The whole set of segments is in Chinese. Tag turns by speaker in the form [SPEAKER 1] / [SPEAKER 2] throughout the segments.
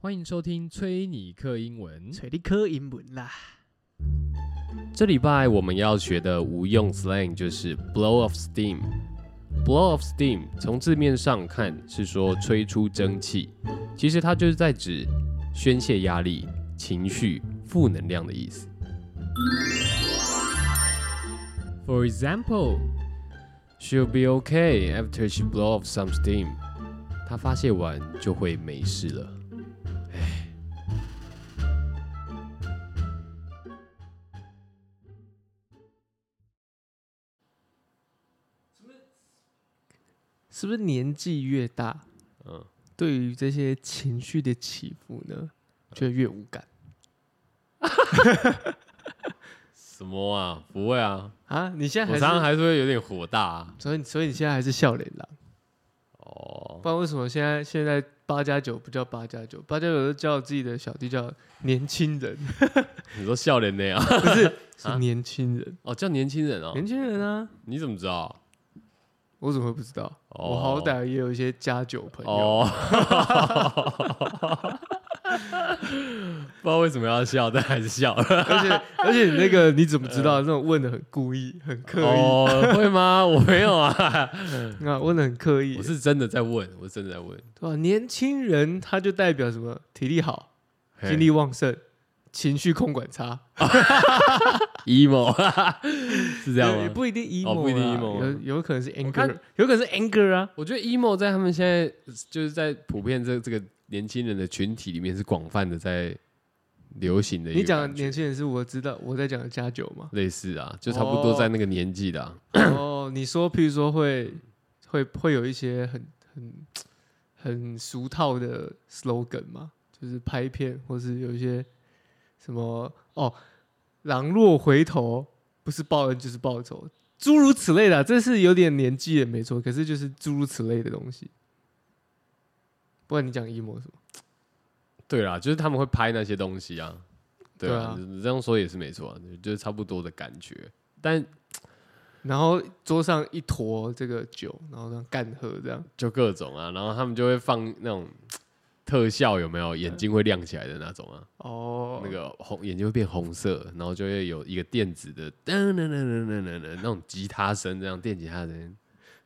[SPEAKER 1] 欢迎收听崔尼克英文。
[SPEAKER 2] 找你考英文啦。
[SPEAKER 1] 这礼拜我们要学的无用 slang 就是 blow off steam。blow off steam 从字面上看是说吹出蒸汽，其实它就是在指宣泄压力、情绪、负能量的意思。For example, she'll be okay after she blow off some steam。她发泄完就会没事了。
[SPEAKER 2] 是不是年纪越大，
[SPEAKER 1] 嗯，
[SPEAKER 2] 对于这些情绪的起伏呢，就越无感
[SPEAKER 1] 什么啊？不会啊，
[SPEAKER 2] 啊？你现在
[SPEAKER 1] 我
[SPEAKER 2] 还
[SPEAKER 1] 常常
[SPEAKER 2] 是，
[SPEAKER 1] 还是会有点火大、啊。
[SPEAKER 2] 所以所以你现在还是笑脸狼，
[SPEAKER 1] 哦，
[SPEAKER 2] 不然为什么现在现在八加九不叫八加九，八加九都叫自己的小弟叫年轻人，
[SPEAKER 1] 你说笑脸那样
[SPEAKER 2] 不是
[SPEAKER 1] 啊
[SPEAKER 2] 是年轻人，
[SPEAKER 1] 哦，叫年轻人哦？
[SPEAKER 2] 年轻人啊，
[SPEAKER 1] 你怎么知道？
[SPEAKER 2] 我怎么会不知道？
[SPEAKER 1] 哦
[SPEAKER 2] 我好歹也有一些加九朋友，
[SPEAKER 1] 哦， 不知道为什么要笑，但还是笑了。
[SPEAKER 2] 而且而且你那个你怎么知道？那种问的很故意，很刻意，
[SPEAKER 1] 哦，会吗？ 我没有啊，
[SPEAKER 2] 啊，问的很刻意
[SPEAKER 1] 我，是真的在问，我是真的在问。
[SPEAKER 2] 对吧、年轻人他就代表什么？体力好。
[SPEAKER 1] 嘿
[SPEAKER 2] 精力旺盛，情绪控管差，
[SPEAKER 1] emo 是这样
[SPEAKER 2] 也
[SPEAKER 1] 吗？
[SPEAKER 2] 不一定 emo，、啊
[SPEAKER 1] 不一定 emo 啊
[SPEAKER 2] 有有可能是
[SPEAKER 1] 看
[SPEAKER 2] anger，有可能是 anger 啊，
[SPEAKER 1] 我觉得 emo 在他们现在就是在普遍这这个年轻人的群体里面是广泛的在流行的一个
[SPEAKER 2] 你讲的
[SPEAKER 1] 感觉。
[SPEAKER 2] 年轻人是我知道我在讲的加九嘛
[SPEAKER 1] 类似啊，就差不多在那个年纪的、啊。
[SPEAKER 2] 哦，你说，譬如说会会会有一些很很很俗套的 slogan 嘛，就是拍片或是有一些什么哦，狼若回头，不是报恩就是报仇，诸如此类的啊、这是有点年纪也没错，可是就是诸如此类的东西。不然你讲 emo 什么？
[SPEAKER 1] 对啦，就是他们会拍那些东西啊，对啊，
[SPEAKER 2] 对
[SPEAKER 1] 你这样说也是没错、啊，就是差不多的感觉。但
[SPEAKER 2] 然后桌上一坨这个酒，然后这样干喝这样。
[SPEAKER 1] 就各种啊，然后他们就会放那种特效，有没有眼睛会亮起来的那种啊？
[SPEAKER 2] 哦
[SPEAKER 1] 那个红眼睛会变红色，然后就会有一个电子的噔噔噔噔噔噔噔那种吉他声，这样电吉他 声，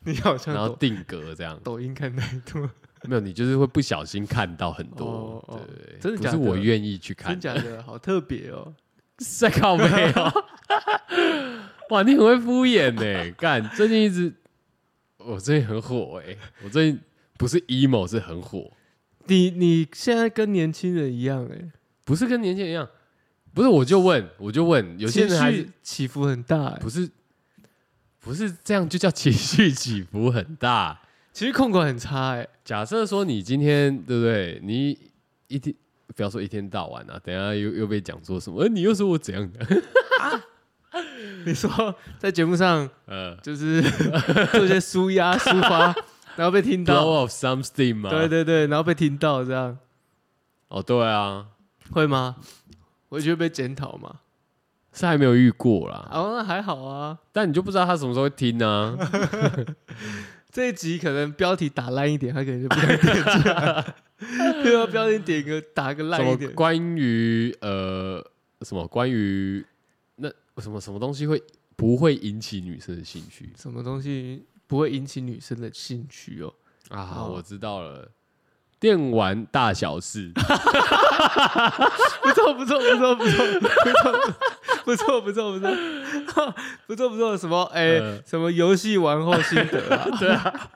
[SPEAKER 2] 你好像
[SPEAKER 1] 然后
[SPEAKER 2] 抖
[SPEAKER 1] 定格这样。
[SPEAKER 2] 抖音看太多，
[SPEAKER 1] 没有，你就是会不小心看到很多
[SPEAKER 2] 哦，哦
[SPEAKER 1] 对对对，
[SPEAKER 2] 真的
[SPEAKER 1] 不
[SPEAKER 2] 假
[SPEAKER 1] 是
[SPEAKER 2] 的
[SPEAKER 1] 我愿意去看
[SPEAKER 2] 真，假的好特别哦。
[SPEAKER 1] 在靠背 哦。哇，你很会敷衍呢、干，最近一直，我最近很火哎、我最近不是 emo 是很火，
[SPEAKER 2] 你你现在跟年轻人一样哎、
[SPEAKER 1] 不是跟年轻人一样，不是我就问，我就问，有些人还
[SPEAKER 2] 情
[SPEAKER 1] 是
[SPEAKER 2] 绪起伏很大哎、
[SPEAKER 1] 不是不是这样就叫情绪起伏很大。
[SPEAKER 2] 情绪控管很差哎、
[SPEAKER 1] 假设说你今天对不对，你一天不要说一天到晚啊，等一下又又被讲说什么，呃，你又说我怎样的，
[SPEAKER 2] 你说在节目上
[SPEAKER 1] 呃
[SPEAKER 2] 就是 做一些舒压抒 发，然后被听到，
[SPEAKER 1] ，blow off some steam 嘛，
[SPEAKER 2] 对对对，然后被听到这样
[SPEAKER 1] 哦对啊，
[SPEAKER 2] 会吗？我觉得被检讨嘛。
[SPEAKER 1] 是还没有遇过啦。
[SPEAKER 2] 哦，那还好啊。
[SPEAKER 1] 但你就不知道他什么时候会听 呢、啊？
[SPEAKER 2] 这一集可能标题打烂一点，他可能就不想点进来。 对啊，标题点个打个
[SPEAKER 1] 什
[SPEAKER 2] 烂一
[SPEAKER 1] 么
[SPEAKER 2] 点，
[SPEAKER 1] 关于呃什么关于那什么什么东西会不会引起女生的兴趣
[SPEAKER 2] 什么东西不会引起女生的兴趣哦？
[SPEAKER 1] 啊？
[SPEAKER 2] 哦
[SPEAKER 1] 我知道了，电玩大小 事，
[SPEAKER 2] 不错，不错，不错，不错，不错，不错，不错，不错，不错，不错，什么？哎、
[SPEAKER 1] 嗯
[SPEAKER 2] 什么游戏玩后心得啊？对啊，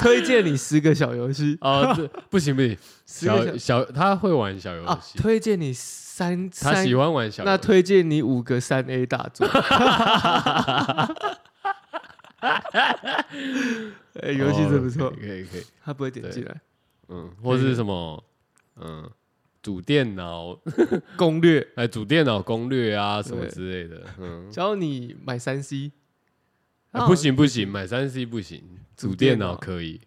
[SPEAKER 2] 推荐你十个小游戏，
[SPEAKER 1] 哦，这不行不行，
[SPEAKER 2] 十个
[SPEAKER 1] 小
[SPEAKER 2] 小
[SPEAKER 1] 小他会玩小游
[SPEAKER 2] 啊，
[SPEAKER 1] 戏，
[SPEAKER 2] 推荐你三
[SPEAKER 1] 他
[SPEAKER 2] 三
[SPEAKER 1] 喜欢玩小游戏，
[SPEAKER 2] 那推荐你五个三 A 大作。哎、游戏真不错
[SPEAKER 1] 哦，可以可以可以，
[SPEAKER 2] 他不会点进来。
[SPEAKER 1] 嗯，或是什么嗯。主电脑，
[SPEAKER 2] 攻略
[SPEAKER 1] 哎，主电脑攻略啊，什么
[SPEAKER 2] 对
[SPEAKER 1] 之类的，嗯，
[SPEAKER 2] 教你买三 C，
[SPEAKER 1] 啊
[SPEAKER 2] 啊
[SPEAKER 1] 不行不行，买三 C 不行，主
[SPEAKER 2] 主
[SPEAKER 1] 电
[SPEAKER 2] 电
[SPEAKER 1] 脑
[SPEAKER 2] 脑
[SPEAKER 1] 可以，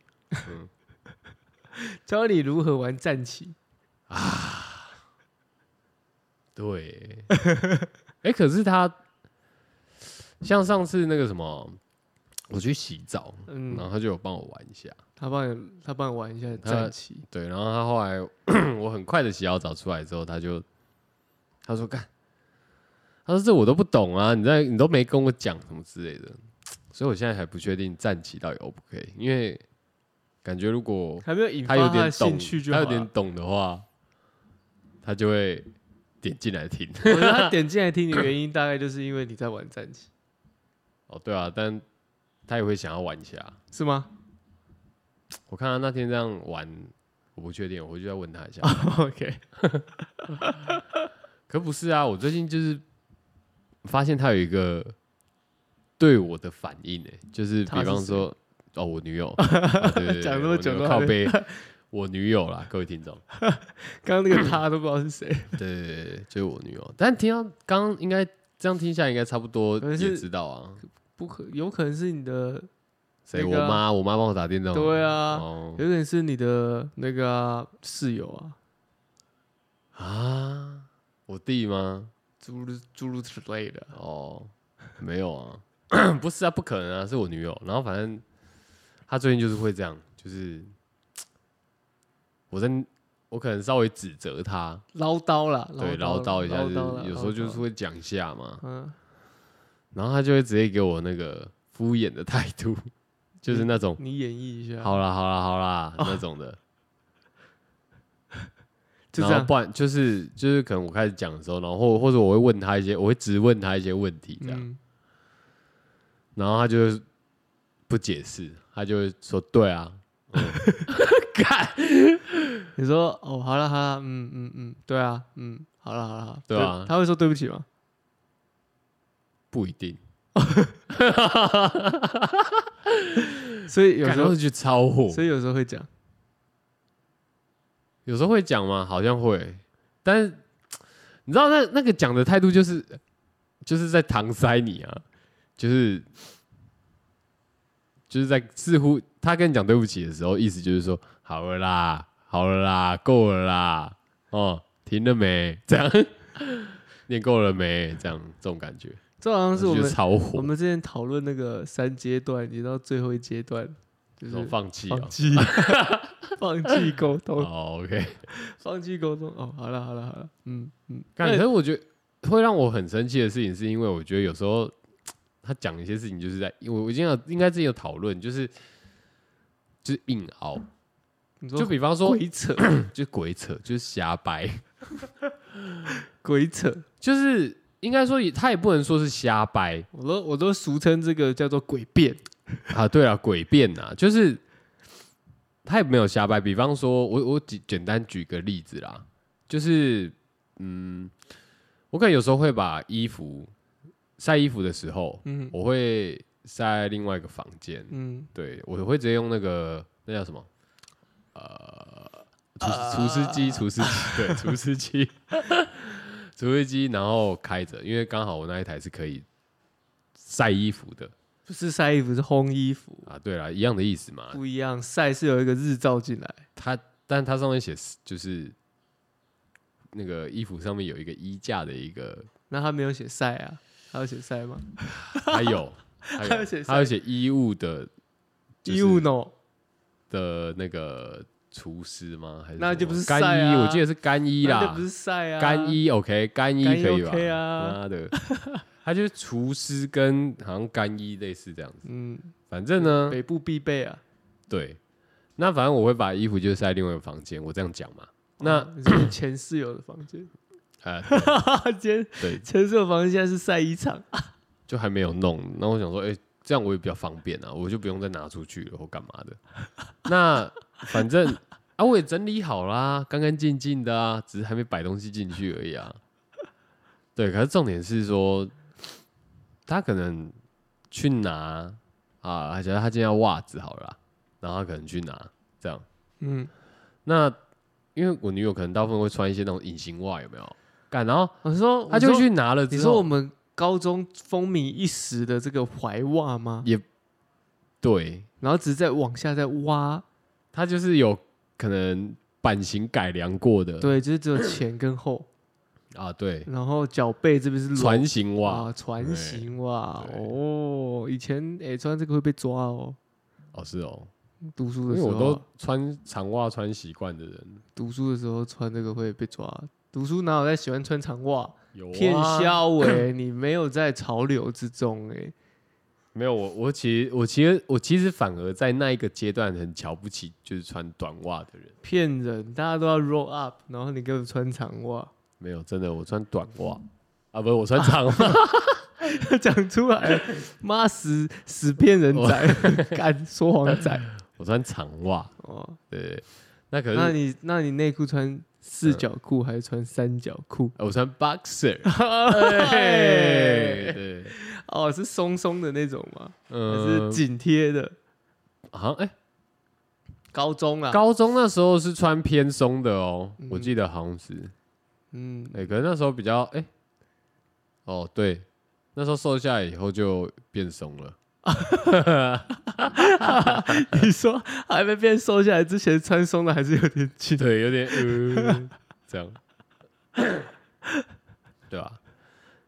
[SPEAKER 2] 教你如何玩战棋。
[SPEAKER 1] 对，哎、可是他像上次那个什么，我去洗澡，然
[SPEAKER 2] 嗯，
[SPEAKER 1] 后他就有帮我玩一下，
[SPEAKER 2] 他帮你他帮你玩一下
[SPEAKER 1] 他
[SPEAKER 2] 战棋，
[SPEAKER 1] 对，然后他后来我很快的洗好澡出来之后，他就他说干，他说这我都不懂啊，你在你都没跟我讲什么之类的，所以我现在还不确定战旗到底 O 不 OK，因为感觉如果
[SPEAKER 2] 还没有引
[SPEAKER 1] 他
[SPEAKER 2] 发
[SPEAKER 1] 有
[SPEAKER 2] 的
[SPEAKER 1] 点懂
[SPEAKER 2] 兴趣，就
[SPEAKER 1] 他
[SPEAKER 2] 好
[SPEAKER 1] 有
[SPEAKER 2] 了
[SPEAKER 1] 点。懂的话，他就会点进来听。
[SPEAKER 2] 我觉 得他点进来听的原因，大概就是因为你在玩战棋，
[SPEAKER 1] 哦，对啊，但他也会想要玩一下。
[SPEAKER 2] 是吗
[SPEAKER 1] 我看他那天这样玩，我不确定，我回去再问他一下。
[SPEAKER 2] ？OK，
[SPEAKER 1] 可不是啊，我最近就是发现他有一个对我的反应、欸，就是比
[SPEAKER 2] 他是
[SPEAKER 1] 方
[SPEAKER 2] 谁
[SPEAKER 1] 说，哦，我女友， 哦对对对
[SPEAKER 2] 讲那
[SPEAKER 1] 我
[SPEAKER 2] 么
[SPEAKER 1] 女
[SPEAKER 2] 久
[SPEAKER 1] 友
[SPEAKER 2] 都
[SPEAKER 1] 靠
[SPEAKER 2] 还
[SPEAKER 1] 背， 我女友啦，各位听众，
[SPEAKER 2] 刚刚那个他都不知道 是谁，
[SPEAKER 1] 对对对对，就是我女友。但听到刚刚应该这样听下来，应该差不多
[SPEAKER 2] 可能
[SPEAKER 1] 也
[SPEAKER 2] 是
[SPEAKER 1] 知道啊。
[SPEAKER 2] 不可有可能是你的，
[SPEAKER 1] 谁？
[SPEAKER 2] 那
[SPEAKER 1] 我
[SPEAKER 2] 个啊
[SPEAKER 1] 妈，我妈帮我打电动。
[SPEAKER 2] 对啊，
[SPEAKER 1] 哦
[SPEAKER 2] 有可能是你的那个啊室友啊，
[SPEAKER 1] 啊，我弟吗？
[SPEAKER 2] 诸如诸如此类的。
[SPEAKER 1] 哦，没有啊， 不是啊，不可能啊，是我女友。然后反正她最近就是会这样，就是我在我可能稍微指责她，
[SPEAKER 2] 唠叨啦，
[SPEAKER 1] 对，
[SPEAKER 2] 唠
[SPEAKER 1] 唠叨一下，
[SPEAKER 2] 唠
[SPEAKER 1] 就是
[SPEAKER 2] 叨啦
[SPEAKER 1] 有时候就是，
[SPEAKER 2] 唠叨
[SPEAKER 1] 会讲一下嘛。
[SPEAKER 2] 嗯，
[SPEAKER 1] 然后她就会直接给我那个敷衍的态度， 就是那种
[SPEAKER 2] 你演绎一下，，
[SPEAKER 1] 好啦好啦好啦
[SPEAKER 2] 哦
[SPEAKER 1] 那种的。
[SPEAKER 2] 就这
[SPEAKER 1] 然后
[SPEAKER 2] 样，
[SPEAKER 1] 不然就是就是可能我开始讲的时候，然后或或者我会问她一些，我会直问她一些问题这样。
[SPEAKER 2] 嗯，
[SPEAKER 1] 然后他就不解释，他就会说：“对啊，
[SPEAKER 2] 你说哦，好了好了，嗯嗯嗯，对啊，嗯，好了好了，
[SPEAKER 1] 对啊
[SPEAKER 2] 他会说对不起吗？
[SPEAKER 1] 不一定。
[SPEAKER 2] 所以”
[SPEAKER 1] 有
[SPEAKER 2] 有时
[SPEAKER 1] 时候
[SPEAKER 2] 候，
[SPEAKER 1] 就超火，
[SPEAKER 2] 所以有时候会讲，
[SPEAKER 1] 有时候会讲吗？好像会，但是你知道那那个讲的态度就是就是在搪塞你啊，就是就是在似乎他跟你讲对不起的时候，意思就是说好了啦，好了啦，够了啦，哦，停了没？这样 念够了没？这样这种感觉，
[SPEAKER 2] 这好像是我
[SPEAKER 1] 就
[SPEAKER 2] 们
[SPEAKER 1] 超火，
[SPEAKER 2] 我们之前讨论那个三阶段，你到最后一阶段就
[SPEAKER 1] 这种
[SPEAKER 2] 是
[SPEAKER 1] 放弃啊
[SPEAKER 2] 放。弃， 放弃沟通，
[SPEAKER 1] 哦，OK，
[SPEAKER 2] 放弃沟通，哦，好了好了好了，嗯嗯，
[SPEAKER 1] 感觉我觉得会让我很生气的事情，是因为我觉得有时候他讲一些事情，就是在我我已经有应该之前有讨论，就是就是硬凹，
[SPEAKER 2] 你说
[SPEAKER 1] 就比方说
[SPEAKER 2] 鬼扯
[SPEAKER 1] 就鬼扯，就是瞎掰，
[SPEAKER 2] 鬼扯，
[SPEAKER 1] 就是应该说也他也不能说是瞎掰
[SPEAKER 2] 我都我都俗称这个叫做诡辩，
[SPEAKER 1] 啊。对了，诡辩呐，就是他也没有瞎掰。比方说我我简简单举个例子啦，就是嗯，我可能有时候会把衣服晒衣服的时候，
[SPEAKER 2] 嗯
[SPEAKER 1] 我会在另外一个房间，
[SPEAKER 2] 嗯，
[SPEAKER 1] 对我会直接用那个那叫什么？呃，除除湿机，除 湿机，对，除湿机， 除湿机，然后开着，因为刚好我那一台是可以晒衣服的
[SPEAKER 2] 不是晒衣服是烘衣服，
[SPEAKER 1] 啊。对了，一样的意思嘛。
[SPEAKER 2] 不一样，晒是有一个日照进来，
[SPEAKER 1] 它，但它上面写是就是那个衣服上面有一个衣架的一个，
[SPEAKER 2] 那他没有写晒啊，他有写晒吗？
[SPEAKER 1] 还 有还
[SPEAKER 2] 它有
[SPEAKER 1] 有
[SPEAKER 2] 写
[SPEAKER 1] 还有写衣物的就是
[SPEAKER 2] 衣物 no，
[SPEAKER 1] 的那个厨师吗？还是
[SPEAKER 2] 那
[SPEAKER 1] 什么
[SPEAKER 2] 就不是
[SPEAKER 1] 干
[SPEAKER 2] 晒
[SPEAKER 1] 衣，
[SPEAKER 2] 啊
[SPEAKER 1] 我记得是干衣
[SPEAKER 2] 那就
[SPEAKER 1] 啦
[SPEAKER 2] 不，是晒啊，
[SPEAKER 1] 干衣 OK，干衣
[SPEAKER 2] 干衣
[SPEAKER 1] 可以吧？
[SPEAKER 2] OK 啊
[SPEAKER 1] 妈 的，他就是厨师跟好像干衣类似这样子。
[SPEAKER 2] 嗯，
[SPEAKER 1] 反正呢，
[SPEAKER 2] 北部必备啊，
[SPEAKER 1] 对，那反正我会把衣服就是晒另外一个房间，我这样讲嘛。那
[SPEAKER 2] 哦你是前室友的房 间，
[SPEAKER 1] 呃，
[SPEAKER 2] 前
[SPEAKER 1] 对，
[SPEAKER 2] 前室友房间现在是晒衣场，
[SPEAKER 1] 就还没有弄。那我想说，哎，这样我也比较方便啊，我就不用再拿出去了或干嘛的。 那反正啊，我也整理好啦，干干净净的啊，只是还没摆东西进去而已啊。对，可是重点是说，他可能去拿啊，假如他今天要袜子好了啦然后他可能去拿这样。
[SPEAKER 2] 嗯，
[SPEAKER 1] 那因为我女友可能大部分会穿一些那种隐形袜，有没有？干，然后
[SPEAKER 2] 我说
[SPEAKER 1] 她就会，去拿了
[SPEAKER 2] 哦我说你
[SPEAKER 1] 之
[SPEAKER 2] 说我
[SPEAKER 1] 后，
[SPEAKER 2] 们高中风靡一时的这个怀袜吗？
[SPEAKER 1] 对，
[SPEAKER 2] 然后只是在往下在挖，
[SPEAKER 1] 她就是有可能版型改良过的，
[SPEAKER 2] 嗯对，就是只有前跟后，
[SPEAKER 1] 啊，对，
[SPEAKER 2] 然后脚背这边是哦啊
[SPEAKER 1] 船型袜
[SPEAKER 2] 哇，船型袜
[SPEAKER 1] 对
[SPEAKER 2] 哦，以前哎、穿这个会被抓哦，
[SPEAKER 1] 哦是哦，
[SPEAKER 2] 读书
[SPEAKER 1] 因
[SPEAKER 2] 的
[SPEAKER 1] 为
[SPEAKER 2] 时候
[SPEAKER 1] 我
[SPEAKER 2] 啊，
[SPEAKER 1] 都穿长袜穿习惯的人，
[SPEAKER 2] 读书的时候穿这个会被抓，读书哪有在喜欢穿长袜？
[SPEAKER 1] 有啊
[SPEAKER 2] 骗肖伟，你没有在潮流之中哎、
[SPEAKER 1] 没有我我其实我其实我其实反而在那一个阶段很瞧不起就是穿短袜的人，
[SPEAKER 2] 骗人！大家都要 roll up，然后你给我穿长袜，
[SPEAKER 1] 没有真的我穿短袜啊，不是我穿长袜，
[SPEAKER 2] 讲出来，妈死死骗人仔，敢说谎仔
[SPEAKER 1] 我穿长袜，
[SPEAKER 2] 哦。
[SPEAKER 1] 对，那可是
[SPEAKER 2] 那你那你内裤穿四角裤还是穿三角裤？
[SPEAKER 1] 呃我穿 boxer，
[SPEAKER 2] 嘿
[SPEAKER 1] 对对，
[SPEAKER 2] 哦，是呃松松的那种吗？哎还
[SPEAKER 1] 嗯
[SPEAKER 2] 是，紧贴的？
[SPEAKER 1] 好像哎。
[SPEAKER 2] 高 中啊，
[SPEAKER 1] 高中那时候是穿偏松的哦，
[SPEAKER 2] 嗯
[SPEAKER 1] 我记得好像是，
[SPEAKER 2] 嗯，
[SPEAKER 1] 哎、可能那时候比较，哎、哦对，那时候瘦下来以后就变松了，
[SPEAKER 2] 你说还没变瘦下来之前穿松的还是有点 紧。
[SPEAKER 1] 对，有点呃 这样， 对吧、啊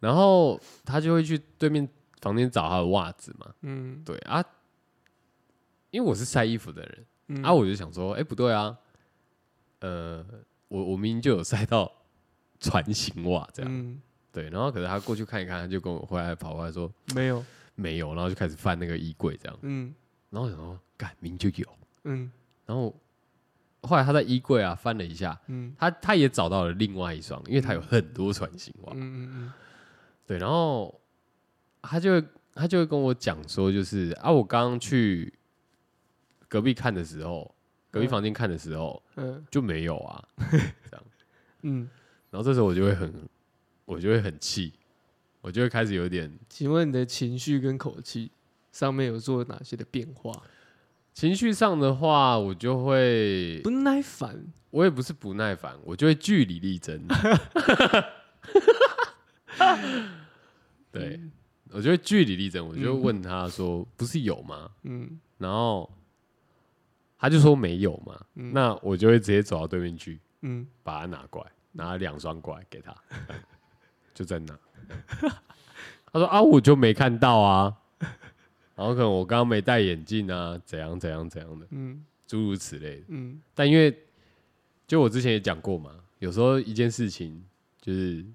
[SPEAKER 1] 然后他就会去对面房间找他的袜子嘛，
[SPEAKER 2] 嗯
[SPEAKER 1] 对啊，因为我是晒衣服的人，
[SPEAKER 2] 嗯
[SPEAKER 1] 啊，我就想说，哎、不对啊，呃，我我明明就有晒到船型袜这样。
[SPEAKER 2] 嗯
[SPEAKER 1] 对，然后可是他过去看一看，他就跟我回来跑回来说
[SPEAKER 2] 没有，
[SPEAKER 1] 没有，然后就开始翻那个衣柜这样，
[SPEAKER 2] 嗯
[SPEAKER 1] 然后我想说，干明就有，
[SPEAKER 2] 嗯
[SPEAKER 1] 然后后来他在衣柜啊翻了一下，
[SPEAKER 2] 嗯
[SPEAKER 1] 他他也找到了另外一双，因为他有很多船型袜，
[SPEAKER 2] 嗯嗯
[SPEAKER 1] 对，然后他就会他就会跟我讲说，就是啊，我刚刚去隔壁看的时候，隔壁
[SPEAKER 2] 嗯
[SPEAKER 1] 房间看的时候
[SPEAKER 2] 嗯
[SPEAKER 1] 就没有啊，
[SPEAKER 2] 嗯，
[SPEAKER 1] 然后这时候我就会很我就会很气，我就会开始有点
[SPEAKER 2] 请问你的情绪跟口气上面有做哪些的变化？
[SPEAKER 1] 情绪上的话，我就会
[SPEAKER 2] 不，耐烦，
[SPEAKER 1] 我也不是不耐烦，我就会据理力争。对，我就会据理力争，我就问他说：“不是有吗
[SPEAKER 2] 嗯？”
[SPEAKER 1] 然后他就说没有嘛，
[SPEAKER 2] 嗯
[SPEAKER 1] 那我就会直接走到对面去，
[SPEAKER 2] 嗯，
[SPEAKER 1] 把它拿过来，拿两双过来给他，就在那。他说：“啊，我就没看到啊。”然后可能我刚刚没戴眼镜啊，怎样怎样怎样的，
[SPEAKER 2] 嗯
[SPEAKER 1] 诸如此类的。
[SPEAKER 2] 嗯
[SPEAKER 1] 但因为就我之前也讲过嘛，有时候一件事情就是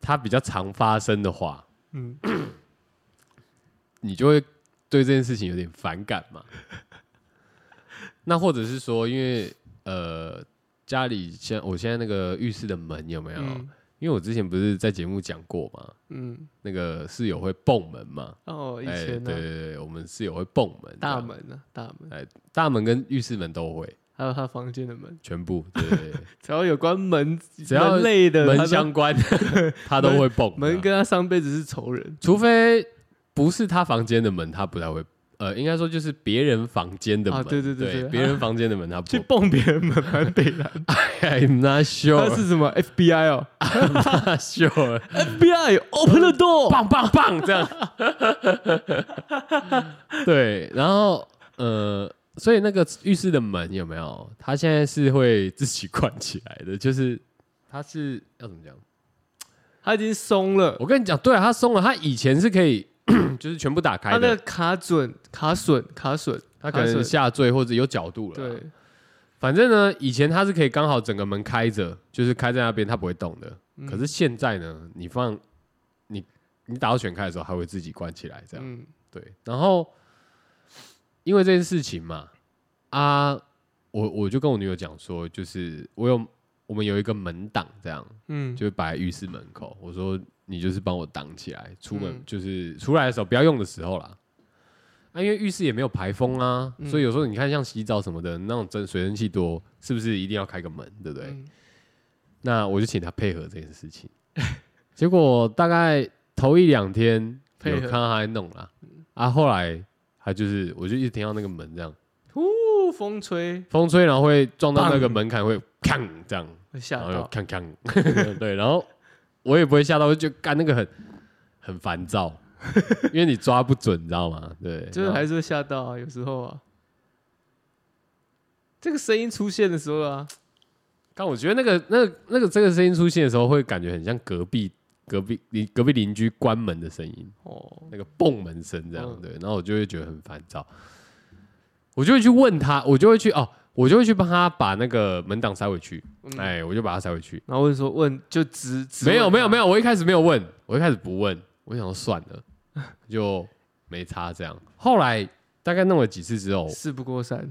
[SPEAKER 1] 它比较常发生的话，
[SPEAKER 2] 嗯，
[SPEAKER 1] 你就会对这件事情有点反感嘛。 那或者是说，因为呃，家里现我现在那个浴室的门有没有？
[SPEAKER 2] 嗯
[SPEAKER 1] 因为我之前不是在节目讲过嘛，
[SPEAKER 2] 嗯，
[SPEAKER 1] 那个室友会蹦门嘛，
[SPEAKER 2] 哦，以
[SPEAKER 1] 哎对
[SPEAKER 2] 前
[SPEAKER 1] 对
[SPEAKER 2] 呢，
[SPEAKER 1] 对，我们室友会蹦门，这
[SPEAKER 2] 大
[SPEAKER 1] 样
[SPEAKER 2] 门啊，大门，
[SPEAKER 1] 大门跟浴室门都会，
[SPEAKER 2] 还有他房间的门，
[SPEAKER 1] 全部对对对。
[SPEAKER 2] 只要有关门
[SPEAKER 1] 只要
[SPEAKER 2] 门类的他
[SPEAKER 1] 门
[SPEAKER 2] 都
[SPEAKER 1] 相 关，他都会蹦。啊
[SPEAKER 2] 门跟他上辈子是仇人，
[SPEAKER 1] 除非不是他房间的门，他不太会。呃，应该说就是别人房间的门，
[SPEAKER 2] 啊对对对
[SPEAKER 1] 对
[SPEAKER 2] 对
[SPEAKER 1] 别人房间的门他 不
[SPEAKER 2] 去。蹦别人门蛮北蓝，
[SPEAKER 1] I'm not
[SPEAKER 2] 他
[SPEAKER 1] sure，
[SPEAKER 2] 是什么 FBI 哦
[SPEAKER 1] I'm not sure，
[SPEAKER 2] ，FBI open the door，
[SPEAKER 1] 棒棒棒这 样。对，然后呃，所以那个浴室的门有没有？他现在是会自己关起来的，就是他是要怎么讲？
[SPEAKER 2] 他已经松了。
[SPEAKER 1] 我跟你讲，对、啊，他松了，他以前是可以 就是全部打开
[SPEAKER 2] 他
[SPEAKER 1] 的，
[SPEAKER 2] 那个卡准、卡损、卡损，
[SPEAKER 1] 他可能下坠或者有角度了。，
[SPEAKER 2] 对，啊
[SPEAKER 1] 反正呢，以前他是可以刚好整个门开着，就是开在那边，他不会动的。
[SPEAKER 2] 嗯
[SPEAKER 1] 可是现在呢，你放你你打到全开的时候，它会自己关起来，这样、
[SPEAKER 2] 嗯
[SPEAKER 1] 对。然后因为这件事情嘛，啊，我我就跟我女友讲说，就是我有我们有一个门挡，这样
[SPEAKER 2] 嗯，
[SPEAKER 1] 就摆在浴室门口。我说你就是帮我挡起来，出门、
[SPEAKER 2] 嗯
[SPEAKER 1] 就是出来的时候不要用的时候啦。啊，因为浴室也没有排风啊，
[SPEAKER 2] 嗯
[SPEAKER 1] 所以有时候你看像洗澡什么的那种蒸水蒸气多，是不是一定要开个门，对不对？
[SPEAKER 2] 嗯
[SPEAKER 1] 那我就请他配合这件事情。 结果大概头一两天
[SPEAKER 2] 配
[SPEAKER 1] 有
[SPEAKER 2] 合嗯
[SPEAKER 1] 看到他在弄啦，啊，后来他就是我就一直听到那个门这样
[SPEAKER 2] 呼风吹
[SPEAKER 1] 风吹，然后会撞到那个
[SPEAKER 2] 砰
[SPEAKER 1] 门槛会锵这样，
[SPEAKER 2] 会吓
[SPEAKER 1] 然后又
[SPEAKER 2] 到，
[SPEAKER 1] 锵锵， 对，然后我也不会吓到，我就觉得干那个很很烦躁，因为你抓不准，你知道吗？对，
[SPEAKER 2] 就是
[SPEAKER 1] 然后
[SPEAKER 2] 还是会吓到啊，有时候啊，这个声音出现的时候啊，
[SPEAKER 1] 但我觉得那个、那个、那个这个声音出现的时候，会感觉很像隔壁、隔壁邻、隔壁邻居关门的声音，
[SPEAKER 2] 哦，
[SPEAKER 1] 那个蹦门声这样。
[SPEAKER 2] 嗯
[SPEAKER 1] 对，然后我就会觉得很烦躁，我就会去问他，我就会去哦，我就会去帮他把那个门挡塞回去。
[SPEAKER 2] 嗯
[SPEAKER 1] 哎，我就把它塞回去。
[SPEAKER 2] 然后问说问就直直
[SPEAKER 1] 没有没有没
[SPEAKER 2] 有，
[SPEAKER 1] 有，我一开始没有问，我一开始不问，我想说算了，就没差这样。后来大概弄了几次之后，
[SPEAKER 2] 事不过三，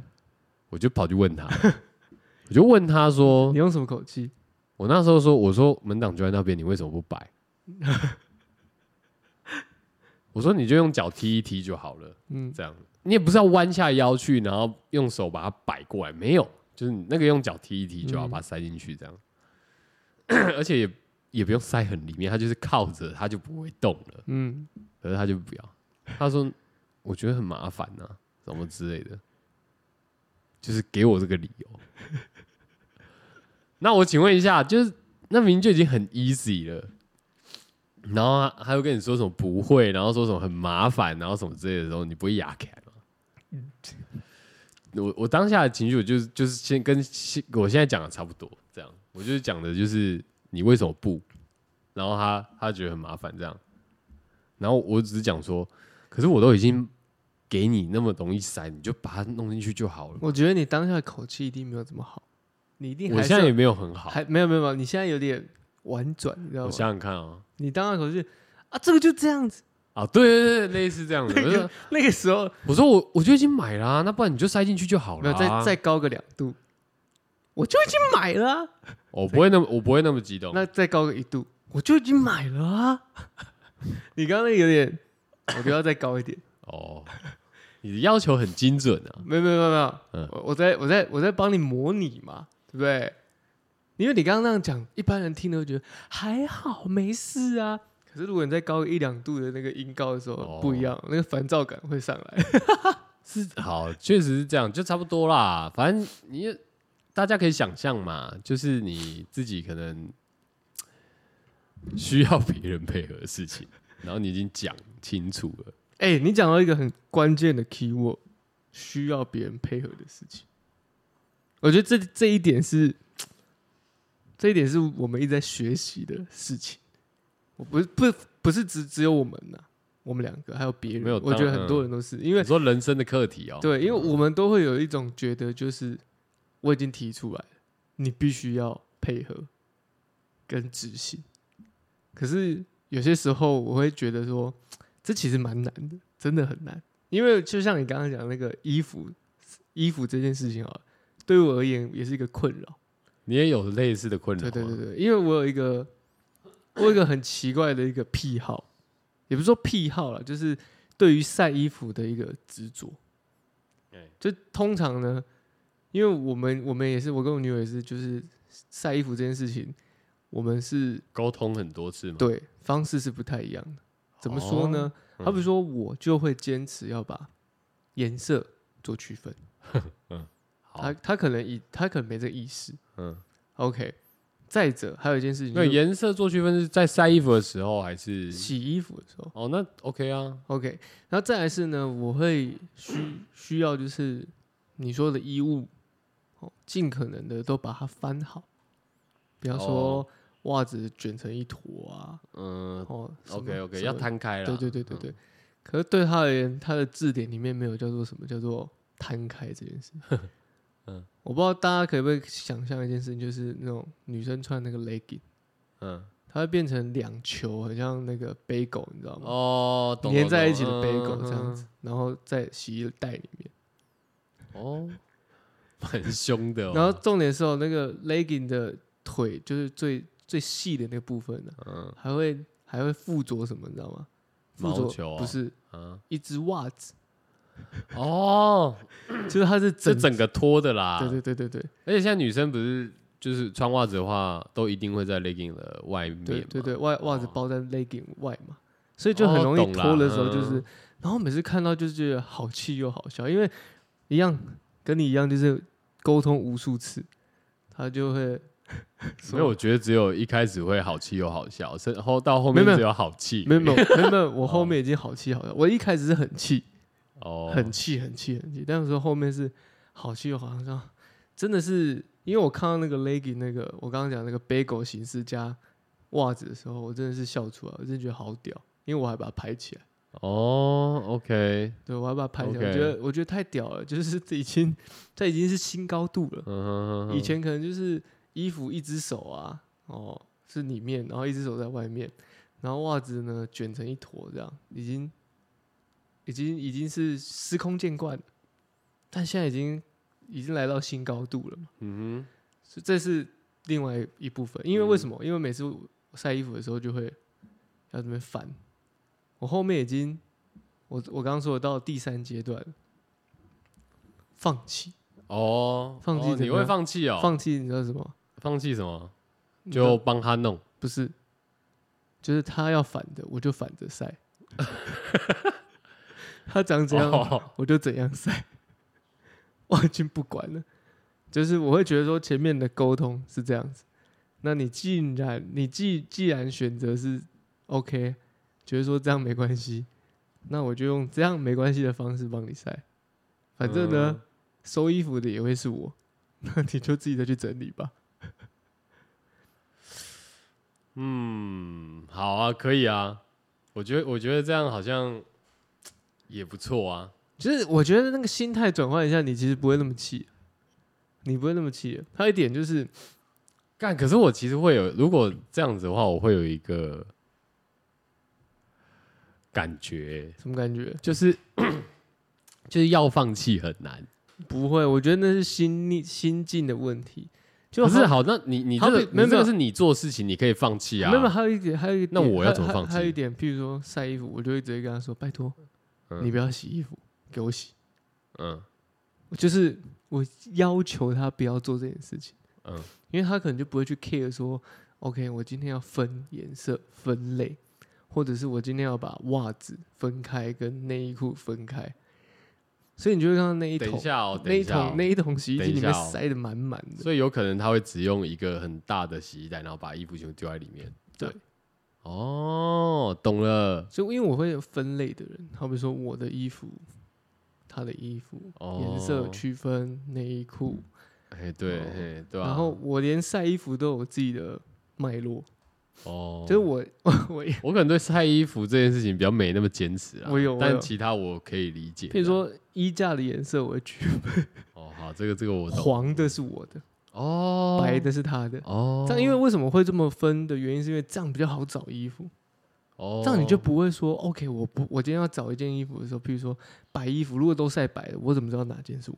[SPEAKER 1] 我就跑去问他， 我就问他说
[SPEAKER 2] 你，用什么口气？
[SPEAKER 1] 我那时候说，我说门挡就在那边，你为什么不摆？我说你就用脚踢一踢就好了，
[SPEAKER 2] 嗯，
[SPEAKER 1] 这样你也不是要弯下腰去，然后用手把它摆过来，没有，就是你那个用脚踢一踢就好，
[SPEAKER 2] 嗯
[SPEAKER 1] 把它塞进去这样， 而且也也不用塞很里面，它就是靠着，它就不会动了。
[SPEAKER 2] 嗯，
[SPEAKER 1] 可是他就不要，他说我觉得很麻烦呐、什么之类的，就是给我这个理由。 那我请问一下，就是那明明就已经很 easy 了，然后他他又跟你说什么不会，然后说什么很麻烦，然后什么之类的时候，你不会哑开吗？
[SPEAKER 2] 嗯
[SPEAKER 1] 我我当下的情绪，我就是就是先跟先我现在讲的差不多，这样，我就是讲的就是你为什么不，然后他他觉得很麻烦这样。然后我只是讲说，可是我都已经给你那么容易塞，你就把它弄进去就好了。
[SPEAKER 2] 我觉得你当下的口气一定没有这么好，你一定
[SPEAKER 1] 我
[SPEAKER 2] 还是
[SPEAKER 1] 现在
[SPEAKER 2] 有
[SPEAKER 1] 也没有很好，
[SPEAKER 2] 还没有没有没有，你现在有点婉转，你知道
[SPEAKER 1] 我
[SPEAKER 2] 吗？
[SPEAKER 1] 想想看啊，
[SPEAKER 2] 你当下口气啊，这个就这样子，
[SPEAKER 1] 啊，对对对，类似这样的。我就
[SPEAKER 2] 那个时候
[SPEAKER 1] 我说我我就已经买啦、那不然你就塞进去就好
[SPEAKER 2] 没
[SPEAKER 1] 了、
[SPEAKER 2] 有再再高个两度，我就已经买了啊、
[SPEAKER 1] 我哦不会那么我不会那么激动。
[SPEAKER 2] 那再高个一度，我就已经买了啊。 你刚刚那个有点，我觉得要再高一点。
[SPEAKER 1] 哦，你的要求很精准啊。
[SPEAKER 2] 没有没有没有没有，
[SPEAKER 1] 嗯
[SPEAKER 2] 我我在我在我在帮你模拟嘛，对不对？因为你刚刚那样讲，一般人听了会觉得还好没事啊。可是如果你再高个一两度的那个音高的时候，
[SPEAKER 1] 哦
[SPEAKER 2] 不一样，那个烦躁感会上来。
[SPEAKER 1] 是好，确实是这样，就差不多啦。反正你也大家可以想象嘛，就是你自己可能需要别人配合的事 情，然后你已经讲清楚了。
[SPEAKER 2] 哎、你讲到一个很关键的 key word，需要别人配合的事情。我觉得这这一点是，这一点是我们一直在学习的事情。我不是不不是只只有我们呐、我们两个还有别人
[SPEAKER 1] 没有，
[SPEAKER 2] 我觉得
[SPEAKER 1] 当
[SPEAKER 2] 很多人都是，因为
[SPEAKER 1] 你说人生的课题哦、
[SPEAKER 2] 对，因为我们都会有一种觉得，就是我已经提出来了，你必须要配合跟执行。可是有些时候，我会觉得说，这其实蛮难的，真的很难。因为就像你刚刚讲那个衣服，衣服这件事情啊，对我而言也是一个困扰。
[SPEAKER 1] 你也有类似的困扰啊吗。
[SPEAKER 2] 对对对对，因为我有一个，我有一个很奇怪的一个癖好，也不是说癖好了，就是对于晒衣服的一个执着。
[SPEAKER 1] 哎
[SPEAKER 2] 就通常呢，因为我们我们也是，我跟我女友也是，就是晒衣服这件事情，我们是
[SPEAKER 1] 沟通很多次嘛。
[SPEAKER 2] 对方式是不太一样的。怎么说呢？
[SPEAKER 1] 哦
[SPEAKER 2] 好比说，我就会坚持要把颜色做 区分。
[SPEAKER 1] 嗯好，
[SPEAKER 2] 他他可能以他可能没这个意识。
[SPEAKER 1] 嗯，
[SPEAKER 2] OK，再者还有一件事情，就
[SPEAKER 1] 那
[SPEAKER 2] 是
[SPEAKER 1] 哦颜色做区分是在晒衣服的时候还是？
[SPEAKER 2] 洗衣服的时候
[SPEAKER 1] 哦，那 OK 啊，
[SPEAKER 2] ，OK，然后再来是呢，我会需需要就是你说的衣物，哦，尽可能的都把它翻好，不要说
[SPEAKER 1] 哦
[SPEAKER 2] 袜子卷成一坨啊，
[SPEAKER 1] 嗯
[SPEAKER 2] 哦什么
[SPEAKER 1] ，OK OK，
[SPEAKER 2] 什
[SPEAKER 1] 要
[SPEAKER 2] 么
[SPEAKER 1] 摊开了。
[SPEAKER 2] 对对对对
[SPEAKER 1] 嗯
[SPEAKER 2] 对。可是对他而言，他的字典里面没有叫做什么叫做摊开这件事。
[SPEAKER 1] 嗯，
[SPEAKER 2] 我不知道大家可不可以想象一件事情，就是那种女生穿那个 legging，
[SPEAKER 1] 嗯，
[SPEAKER 2] 它会变成两球，很像那个 bagel，你知道吗？
[SPEAKER 1] 哦，懂
[SPEAKER 2] 粘
[SPEAKER 1] 懂
[SPEAKER 2] 在一
[SPEAKER 1] 懂
[SPEAKER 2] 起的
[SPEAKER 1] 嗯
[SPEAKER 2] bagel
[SPEAKER 1] 嗯
[SPEAKER 2] 这
[SPEAKER 1] 嗯
[SPEAKER 2] 样子，然后在洗衣袋里面。
[SPEAKER 1] 哦，蛮凶的、哦。
[SPEAKER 2] 然后重点是哦，那个 legging 的腿就是最最细的那个部分呢、
[SPEAKER 1] 嗯
[SPEAKER 2] 还会还会附着什么，你知道吗？附
[SPEAKER 1] 毛
[SPEAKER 2] 着
[SPEAKER 1] 球哦
[SPEAKER 2] 不是
[SPEAKER 1] 啊，
[SPEAKER 2] 一只袜子，
[SPEAKER 1] 哦，
[SPEAKER 2] 就是它是
[SPEAKER 1] 这
[SPEAKER 2] 整。
[SPEAKER 1] 整个脱的啦。
[SPEAKER 2] 对对对对对
[SPEAKER 1] 而且现在女生不是就是穿袜子的话，都一定会在 legging 的外面嘛。
[SPEAKER 2] 对对对，袜袜子
[SPEAKER 1] 哦
[SPEAKER 2] 包在 legging 外嘛，所以就很
[SPEAKER 1] 哦
[SPEAKER 2] 容易
[SPEAKER 1] 懂啦
[SPEAKER 2] 脱的时候就是
[SPEAKER 1] 嗯，
[SPEAKER 2] 然后每次看到就是觉得好气又好笑，因为一样跟你一样就是沟通无数次，他就会
[SPEAKER 1] 所以我
[SPEAKER 2] 说
[SPEAKER 1] 觉得只有一开始会好气又好笑，然后到后面
[SPEAKER 2] 没有没有
[SPEAKER 1] 只有好气。
[SPEAKER 2] 没有没有没有没有，我
[SPEAKER 1] 哦
[SPEAKER 2] 后面已经好气好笑，我一开始是很气，
[SPEAKER 1] 哦，
[SPEAKER 2] 很气很气很气，但是说后面是好气又好像真的是因为我看到那个 legging 那个我刚刚讲那个 bagel 形式加袜子的时候，我真的是笑出来，我真的觉得好屌，因为我还把它拍起来，
[SPEAKER 1] 哦，OK，
[SPEAKER 2] 对我还把它拍起
[SPEAKER 1] OK
[SPEAKER 2] 来我觉得我觉得太屌了，就是已经这已经是新高度了。
[SPEAKER 1] 嗯哼哼哼
[SPEAKER 2] 以前可能就是衣服一只手啊，哦是里面，然后一只手在外面，然后袜子呢卷成一坨这样，已经已经已经是司空见惯了，但现在已经已经来到新高度了嘛，
[SPEAKER 1] 嗯
[SPEAKER 2] 所以这是另外一部分。因为为什么？因为每次我晒衣服的时候就会要这边翻，我后面已经我我刚刚说的到第三阶段了，放弃，
[SPEAKER 1] 哼，哦，
[SPEAKER 2] 放弃
[SPEAKER 1] 哦
[SPEAKER 2] 怎么
[SPEAKER 1] 你会
[SPEAKER 2] 样
[SPEAKER 1] 放弃哦？
[SPEAKER 2] 放弃，你知道什么？
[SPEAKER 1] 放弃什么？
[SPEAKER 2] 你知道
[SPEAKER 1] 就帮他弄。
[SPEAKER 2] 不是，就是他要反的，我就反 着晒。他长怎样，
[SPEAKER 1] 哦
[SPEAKER 2] 我就怎样晒， 我已经不管了。就是我会觉得说前面的沟通是这样子，那你既然你既既然选择是 OK，觉得说这样没关系，那我就用这样没关系的方式帮你晒。反正呢，
[SPEAKER 1] 嗯
[SPEAKER 2] 收衣服的也会是我， 那你就自己再去整理吧。
[SPEAKER 1] 嗯，好啊，可以啊。我觉得，我觉得这样好像也不错啊。
[SPEAKER 2] 就是我觉得那个心态转换一下，你其实不会那么气，你不会那么气。还有一点就是，
[SPEAKER 1] 干，可是我其实会有，如果这样子的话，我会有一个感觉，
[SPEAKER 2] 什么感觉？
[SPEAKER 1] 就是 就是要放弃很难。
[SPEAKER 2] 不会，我觉得那是心力心境的问题。就
[SPEAKER 1] 可是
[SPEAKER 2] 好，
[SPEAKER 1] 好，那你你
[SPEAKER 2] 好
[SPEAKER 1] 这个
[SPEAKER 2] 比没
[SPEAKER 1] 你这
[SPEAKER 2] 有没
[SPEAKER 1] 个
[SPEAKER 2] 有
[SPEAKER 1] 是你做事情，你可以放弃啊。
[SPEAKER 2] 没有没有还有一点，还有一点，
[SPEAKER 1] 那我要怎么
[SPEAKER 2] 还
[SPEAKER 1] 放弃
[SPEAKER 2] 还还有一点，譬如说晒衣服，我就会直接跟他说：“拜托，
[SPEAKER 1] 嗯
[SPEAKER 2] 你不要洗衣服，给我洗。
[SPEAKER 1] 嗯”
[SPEAKER 2] 就是我要求他不要做这件事情，
[SPEAKER 1] 嗯
[SPEAKER 2] 因为他可能就不会去 care 说，OK，我今天要分颜色、分类，或者是我今天要把袜子分开跟内衣裤分开，所以你就会看到那一
[SPEAKER 1] 等一
[SPEAKER 2] 桶、
[SPEAKER 1] 下哦，
[SPEAKER 2] 那
[SPEAKER 1] 等一
[SPEAKER 2] 一
[SPEAKER 1] 下、哦
[SPEAKER 2] 桶、那一桶洗衣机里
[SPEAKER 1] 等一
[SPEAKER 2] 面
[SPEAKER 1] 下哦
[SPEAKER 2] 塞的满满的。
[SPEAKER 1] 所以有可能他会只用一个很大的洗衣袋，然后把衣服全部丢在里面。
[SPEAKER 2] 对，
[SPEAKER 1] 哦，懂了。
[SPEAKER 2] 所以因为我会有分类的人，好比说我的衣服、他的衣服、
[SPEAKER 1] 哦，
[SPEAKER 2] 颜色区分、内衣裤，
[SPEAKER 1] 哎，对，
[SPEAKER 2] 哦
[SPEAKER 1] 哎，对吧？
[SPEAKER 2] 然后我连晒衣服都有自己的脉络，
[SPEAKER 1] 哦，
[SPEAKER 2] 就是我 我
[SPEAKER 1] 我可能对晒衣服这件事情比较没那么坚持啊。
[SPEAKER 2] 我有我
[SPEAKER 1] 但
[SPEAKER 2] 有
[SPEAKER 1] 其他我可以理解。
[SPEAKER 2] 譬如，说衣架的颜色我会区分。
[SPEAKER 1] 哦，好，这个这个我懂。
[SPEAKER 2] 黄的是我的，
[SPEAKER 1] 哦，
[SPEAKER 2] 白的是他的。
[SPEAKER 1] 哦，
[SPEAKER 2] 这样，因为为什么会这么分的原因，是因为这样比较好找衣服，
[SPEAKER 1] 哦，
[SPEAKER 2] 这样你就不会说 OK，我不，我今天要找一件衣服的时候，譬如说白衣服，如果都晒白的，我怎么知道哪件是我？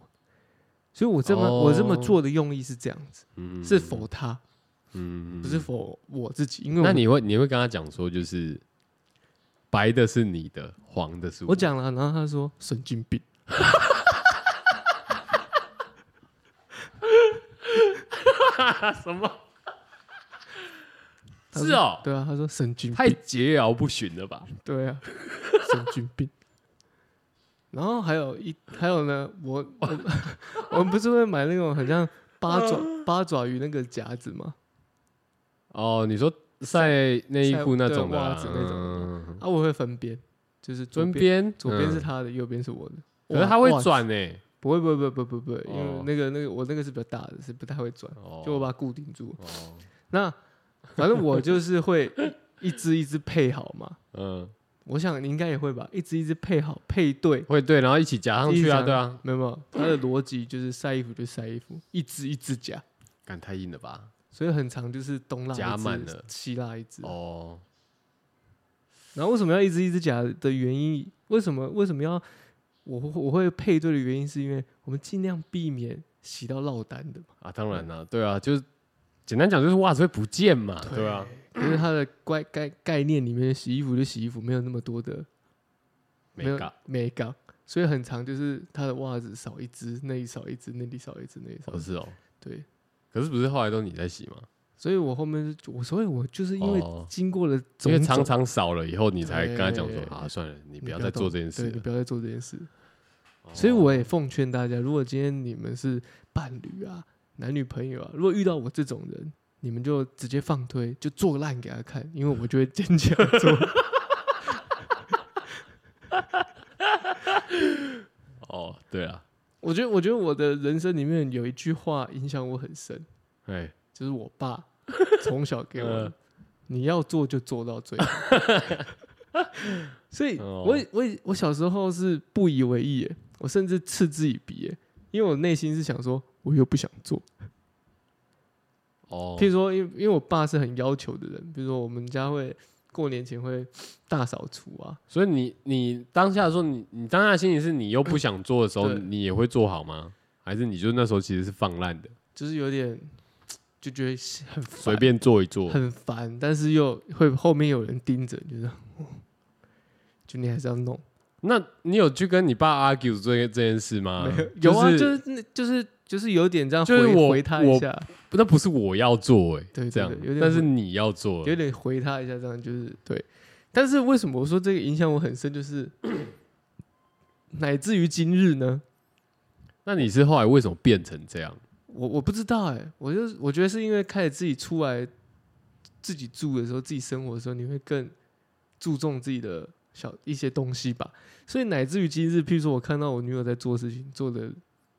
[SPEAKER 2] 所以我这么、
[SPEAKER 1] 哦
[SPEAKER 2] 我这么做的用意是这样子，
[SPEAKER 1] 嗯
[SPEAKER 2] 是否他，
[SPEAKER 1] 嗯，嗯
[SPEAKER 2] 不是
[SPEAKER 1] 嗯
[SPEAKER 2] 否我自己，因为我
[SPEAKER 1] 那你会你会跟他讲说，就是白的是你的，黄的是
[SPEAKER 2] 我讲了，然后他说神经病，
[SPEAKER 1] 什么？
[SPEAKER 2] 他说
[SPEAKER 1] 是哦，
[SPEAKER 2] 对啊，他说神经
[SPEAKER 1] 太
[SPEAKER 2] 病，
[SPEAKER 1] 桀骜不驯了吧？
[SPEAKER 2] 对啊，神经病。然后还有一还有呢，我我我们不是会买那种很像八爪
[SPEAKER 1] 嗯
[SPEAKER 2] 八爪鱼那个夹子吗？
[SPEAKER 1] 哦，你说晒内衣裤那种的、
[SPEAKER 2] 对袜
[SPEAKER 1] 啊，
[SPEAKER 2] 子那种
[SPEAKER 1] 种
[SPEAKER 2] 啊，我会分边，就是左
[SPEAKER 1] 尊
[SPEAKER 2] 边，
[SPEAKER 1] 边，
[SPEAKER 2] 左边是
[SPEAKER 1] 嗯，
[SPEAKER 2] 他的，右边是我的。
[SPEAKER 1] 可是
[SPEAKER 2] 哇
[SPEAKER 1] 它会，
[SPEAKER 2] 哇
[SPEAKER 1] 转欸呢、
[SPEAKER 2] 不会不会不会不会不会，因为
[SPEAKER 1] 哦
[SPEAKER 2] 那个那个我那个是比较大的，是不太会转，
[SPEAKER 1] 哦，
[SPEAKER 2] 就我把它固定住。
[SPEAKER 1] 哦，
[SPEAKER 2] 那反正我就是会一只一只配好嘛，
[SPEAKER 1] 嗯，
[SPEAKER 2] 我想你应该也会吧，一只一只配好配对。
[SPEAKER 1] 会对，然后一起夹上去
[SPEAKER 2] 一
[SPEAKER 1] 啊，
[SPEAKER 2] 直夹
[SPEAKER 1] 对啊，
[SPEAKER 2] 没有没有，他的逻辑就是晒衣服就晒衣服，一只一只夹，
[SPEAKER 1] 感太硬了吧？
[SPEAKER 2] 所以很长就是东
[SPEAKER 1] 夹
[SPEAKER 2] 拉
[SPEAKER 1] 满
[SPEAKER 2] 一只
[SPEAKER 1] 了，
[SPEAKER 2] 西拉一只。
[SPEAKER 1] 哦，
[SPEAKER 2] 然后为什么要一只一只夹的原因？为什么为什么要我会我会配对的原因，是因为我们尽量避免洗到落单的嘛。
[SPEAKER 1] 啊，当然啦、对啊，就是简单讲就是袜子会不见嘛，
[SPEAKER 2] 对
[SPEAKER 1] 对啊，
[SPEAKER 2] 可是它的概概概念里面，洗衣服就洗衣服，没有那么多的
[SPEAKER 1] 没
[SPEAKER 2] 有
[SPEAKER 1] 搞，
[SPEAKER 2] 美感，所以很长就是它的袜子少一只，内衣少一只，内里少一只，内里少
[SPEAKER 1] 不
[SPEAKER 2] 一只。
[SPEAKER 1] 是哦，
[SPEAKER 2] 对，
[SPEAKER 1] 可是不是后来都你在洗吗？
[SPEAKER 2] 所以我后面就我所以我就是因为
[SPEAKER 1] 哦
[SPEAKER 2] 经过了种
[SPEAKER 1] 因为
[SPEAKER 2] 种，
[SPEAKER 1] 常常少了以后，你才跟他讲说
[SPEAKER 2] 对
[SPEAKER 1] 啊，算了，你
[SPEAKER 2] 你
[SPEAKER 1] 不要再做这件事
[SPEAKER 2] 对，你
[SPEAKER 1] 了。
[SPEAKER 2] 不要再做这件事。
[SPEAKER 1] 哦
[SPEAKER 2] 所以我也奉劝大家，如果今天你们是伴侣啊、男女朋友啊，如果遇到我这种人，你们就直接放推，就做烂给他看，因为我就会坚强做。
[SPEAKER 1] 哦，对啊，
[SPEAKER 2] 我觉得，我觉得我的人生里面有一句话影响我很深，
[SPEAKER 1] 哎，
[SPEAKER 2] 就是我 爸从小给我的
[SPEAKER 1] 嗯，
[SPEAKER 2] 你要做就做到最好。 所以
[SPEAKER 1] 哦
[SPEAKER 2] 我也，我也我小时候是不以为意耶，我甚至嗤之以鼻耶，因为我内心是想说，我又不想做。
[SPEAKER 1] 哦
[SPEAKER 2] 譬，如说，因为因为我爸是很要求的人，比如说我们家会过年前会大扫除啊，
[SPEAKER 1] 所以你你当下说你你当下的心情是你又不想做的时候，
[SPEAKER 2] 对
[SPEAKER 1] 你也会做好吗？还是你就那时候其实是放烂的，
[SPEAKER 2] 就是有点就觉得很烦
[SPEAKER 1] 随便做一做？
[SPEAKER 2] 很烦，但是又会后面有人盯着，就是哦就你还是要弄。
[SPEAKER 1] 那你有去跟你爸 argue 这这件事吗
[SPEAKER 2] 没？
[SPEAKER 1] 嗯就
[SPEAKER 2] 有有啊，
[SPEAKER 1] 是
[SPEAKER 2] 就是那就是就是有点这样
[SPEAKER 1] 就是
[SPEAKER 2] 回
[SPEAKER 1] 我
[SPEAKER 2] 回他一
[SPEAKER 1] 我
[SPEAKER 2] 下，
[SPEAKER 1] 那不是我要做哎、
[SPEAKER 2] 对对
[SPEAKER 1] 这样
[SPEAKER 2] 对有点，
[SPEAKER 1] 但是你要做，欸
[SPEAKER 2] 有点回他一下，这样就是对。但是为什么我说这个影响我很深，就是 乃至于今日呢？
[SPEAKER 1] 那你是后来为什么变成这样？
[SPEAKER 2] 我我不知道哎、我就我觉得是因为开始自己出来自己住的时候，自己生活的时候，你会更注重自己的小一些东西吧。所以乃至于今日，譬如说我看到我女友在做事情，做的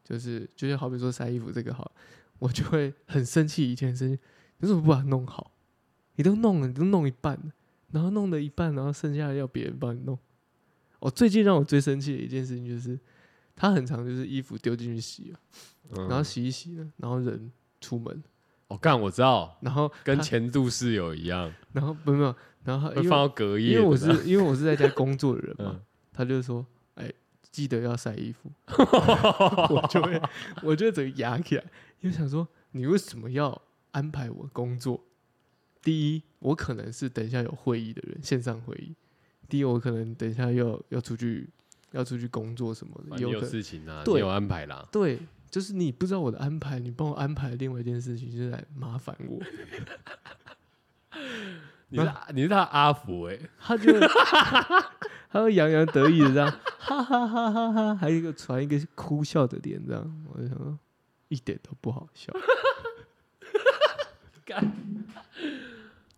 [SPEAKER 2] 就是就是好比说晒衣服这个好了，我就会很生气，以前很生气，你怎么不把它弄好？你都弄了，你都弄一半了，然后弄了一半，然后剩下的要别人帮你弄。哦，最近让我最生气的一件事情就是，她很常就是衣服丢进去洗了。
[SPEAKER 1] 嗯
[SPEAKER 2] 然后洗一洗呢，然后人出门，
[SPEAKER 1] 我干、我知道，
[SPEAKER 2] 然后
[SPEAKER 1] 跟
[SPEAKER 2] 他
[SPEAKER 1] 前度室友一样，
[SPEAKER 2] 然后没有没有，然后
[SPEAKER 1] 会
[SPEAKER 2] 因
[SPEAKER 1] 放
[SPEAKER 2] 为
[SPEAKER 1] 到隔夜
[SPEAKER 2] 因
[SPEAKER 1] 的。
[SPEAKER 2] 为我是 因为我是在家工作的人嘛，
[SPEAKER 1] 嗯，
[SPEAKER 2] 他就说，哎，记得要晒衣 服，我就会我就会整个压起来，因为想说你为什么要安排我工作？第一，我可能是等一下有会议的人，线上会议；第一，我可能等一下要要出去要出去工作什么
[SPEAKER 1] 啊
[SPEAKER 2] 的，
[SPEAKER 1] 你
[SPEAKER 2] 有
[SPEAKER 1] 有
[SPEAKER 2] 可能
[SPEAKER 1] 事情啊，你
[SPEAKER 2] 对
[SPEAKER 1] 有安排啦。
[SPEAKER 2] 对，就是你不知道我的安排，你帮我安排另外一件事情，就是来麻烦我。
[SPEAKER 1] 你是你是他阿福哎、
[SPEAKER 2] 他就 他会洋洋得意的这样， 哈哈哈哈哈，还有一个传一个哭笑的脸这样，我就想说一点都不好笑。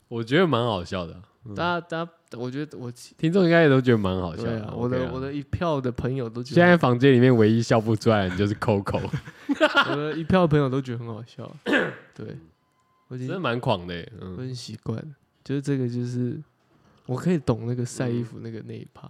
[SPEAKER 1] 我觉得蛮好笑的啊，
[SPEAKER 2] 大家大家，我觉得我
[SPEAKER 1] 听众应该也都觉得蛮好笑
[SPEAKER 2] 对
[SPEAKER 1] 的。
[SPEAKER 2] 啊，我的
[SPEAKER 1] OK 啊
[SPEAKER 2] 我的一票的朋友都觉
[SPEAKER 1] 现在
[SPEAKER 2] 得，
[SPEAKER 1] 房间里面唯一笑不出来的就是 Coco，
[SPEAKER 2] 我的一票朋友都觉得很好笑。对，我已
[SPEAKER 1] 真的
[SPEAKER 2] 经
[SPEAKER 1] 蛮狂的、欸。
[SPEAKER 2] 我
[SPEAKER 1] 嗯，
[SPEAKER 2] 已经习惯了，就是这个就是我可以懂那个晒衣服那个那一趴，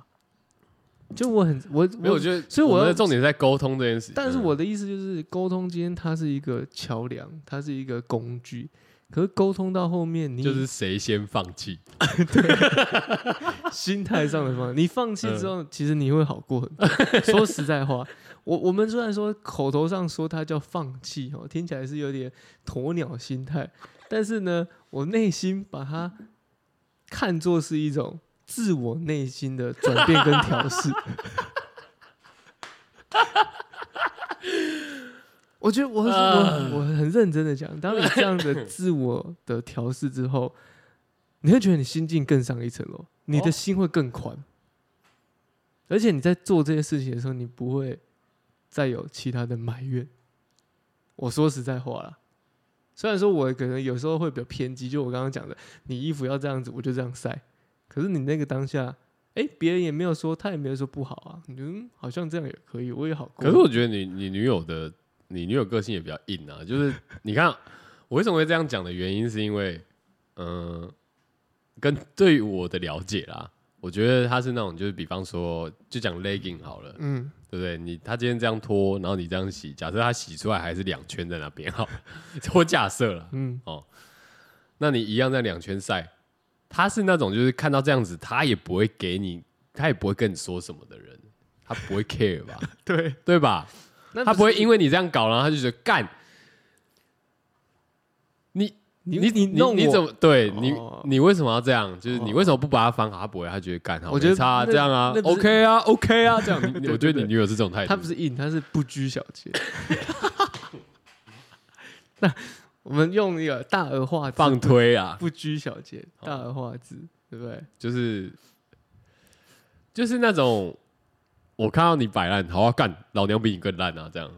[SPEAKER 2] 就我很我
[SPEAKER 1] 没有，我觉得，
[SPEAKER 2] 所以我
[SPEAKER 1] 我们的
[SPEAKER 2] 要
[SPEAKER 1] 重点是在沟通这件事。
[SPEAKER 2] 但是
[SPEAKER 1] 嗯
[SPEAKER 2] 我的意思就是，沟通今天它是一个桥梁，它是一个工具。可是沟通到后面，你
[SPEAKER 1] 就是谁先放弃，
[SPEAKER 2] 心态上 的放，你放弃之
[SPEAKER 1] 嗯
[SPEAKER 2] 后，其实你会好过很多。说实在话，我我们虽然说口头上说它叫放弃哦，听起来是有点鸵鸟心态，但是呢，我内心把它看作是一种自我内心的转变跟调试。 我觉得我我我很认真的讲，当你这样的自我的调试之后，你会觉得你心境更上一层楼，你的心会更宽，而且你在做这些事情的时候，你不会再有其他的埋怨。我说实在话啦，虽然说我可能有时候会比较偏激，就我刚刚讲的，你衣服要这样子，我就这样晒。可是你那个当下，哎，别人也没有说，他也没有说不好啊，你就嗯好像这样也可以，我也好过。
[SPEAKER 1] 可是我觉得你你女友的你女友个性也比较硬啊，就是 你看我为什么会这样讲的原因，是因为嗯、呃跟对于我的了解啦，我觉得她是那种就是比方说就讲 legging 好了，
[SPEAKER 2] 嗯，
[SPEAKER 1] 对不对？你她今天这样脱，然后你这样洗，假设她洗出来还是两圈在那边好 了，我假设了，
[SPEAKER 2] 嗯
[SPEAKER 1] 那你一样在两圈晒，她是那种就是看到这样子，她也不会给你，她也不会跟你说什么的人，她不会 care 吧，
[SPEAKER 2] 对，
[SPEAKER 1] 对吧？
[SPEAKER 2] 那
[SPEAKER 1] 他不会
[SPEAKER 2] 是
[SPEAKER 1] 因为你这样搞，然后他就觉得干。你
[SPEAKER 2] 你
[SPEAKER 1] 你
[SPEAKER 2] 你弄
[SPEAKER 1] 你
[SPEAKER 2] 我
[SPEAKER 1] 怎么对你
[SPEAKER 2] 哦
[SPEAKER 1] 你为什么要这样？就是你
[SPEAKER 2] 哦
[SPEAKER 1] 为什么不把它翻好？他不会，他觉得干好，
[SPEAKER 2] 我觉得
[SPEAKER 1] 没差啊
[SPEAKER 2] 那
[SPEAKER 1] 这样啊
[SPEAKER 2] 那不是
[SPEAKER 1] ，OK 啊，OK 啊，这样你
[SPEAKER 2] 对
[SPEAKER 1] 你。
[SPEAKER 2] 对
[SPEAKER 1] 我觉得
[SPEAKER 2] 对
[SPEAKER 1] 你女友是这种态度，
[SPEAKER 2] 他不是硬，他是不拘小节。 那我们用一个大而化之，
[SPEAKER 1] 放推啊，
[SPEAKER 2] 不拘小节，大而化之，对不对？
[SPEAKER 1] 就是就是那种我看到你摆烂，好啊，干，老娘比你更烂啊，这样。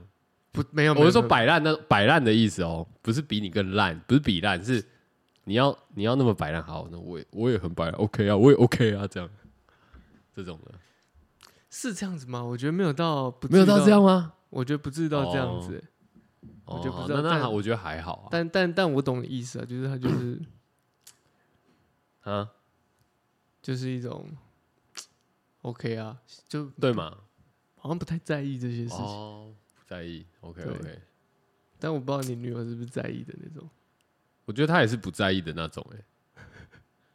[SPEAKER 2] 不，没有，
[SPEAKER 1] 我是说
[SPEAKER 2] 啊没有
[SPEAKER 1] 摆烂，那摆烂的意思哦，不是比你更烂，不是比烂，是你要你要那么摆烂，好，那我也我也很摆烂，OK 啊，我也 OK 啊，这样这种的，
[SPEAKER 2] 是这样子吗？我觉得没有到不
[SPEAKER 1] 没有到
[SPEAKER 2] 至于
[SPEAKER 1] 这样吗？
[SPEAKER 2] 我觉得不至于到这样子、
[SPEAKER 1] 哦哦，
[SPEAKER 2] 欸我就不
[SPEAKER 1] 好
[SPEAKER 2] 知道
[SPEAKER 1] 那那
[SPEAKER 2] 但
[SPEAKER 1] 还我觉得还好啊。
[SPEAKER 2] 但但但我懂你意思啊，就是他就是
[SPEAKER 1] 啊，
[SPEAKER 2] 就是一种 OK 啊，就
[SPEAKER 1] 对嘛？
[SPEAKER 2] 好像不太在意这些事情，
[SPEAKER 1] 哦，不在意。OK
[SPEAKER 2] 对
[SPEAKER 1] OK，
[SPEAKER 2] 但我不知道你女友是不是在意的那种。
[SPEAKER 1] 我觉得他也是不在意的那种、欸，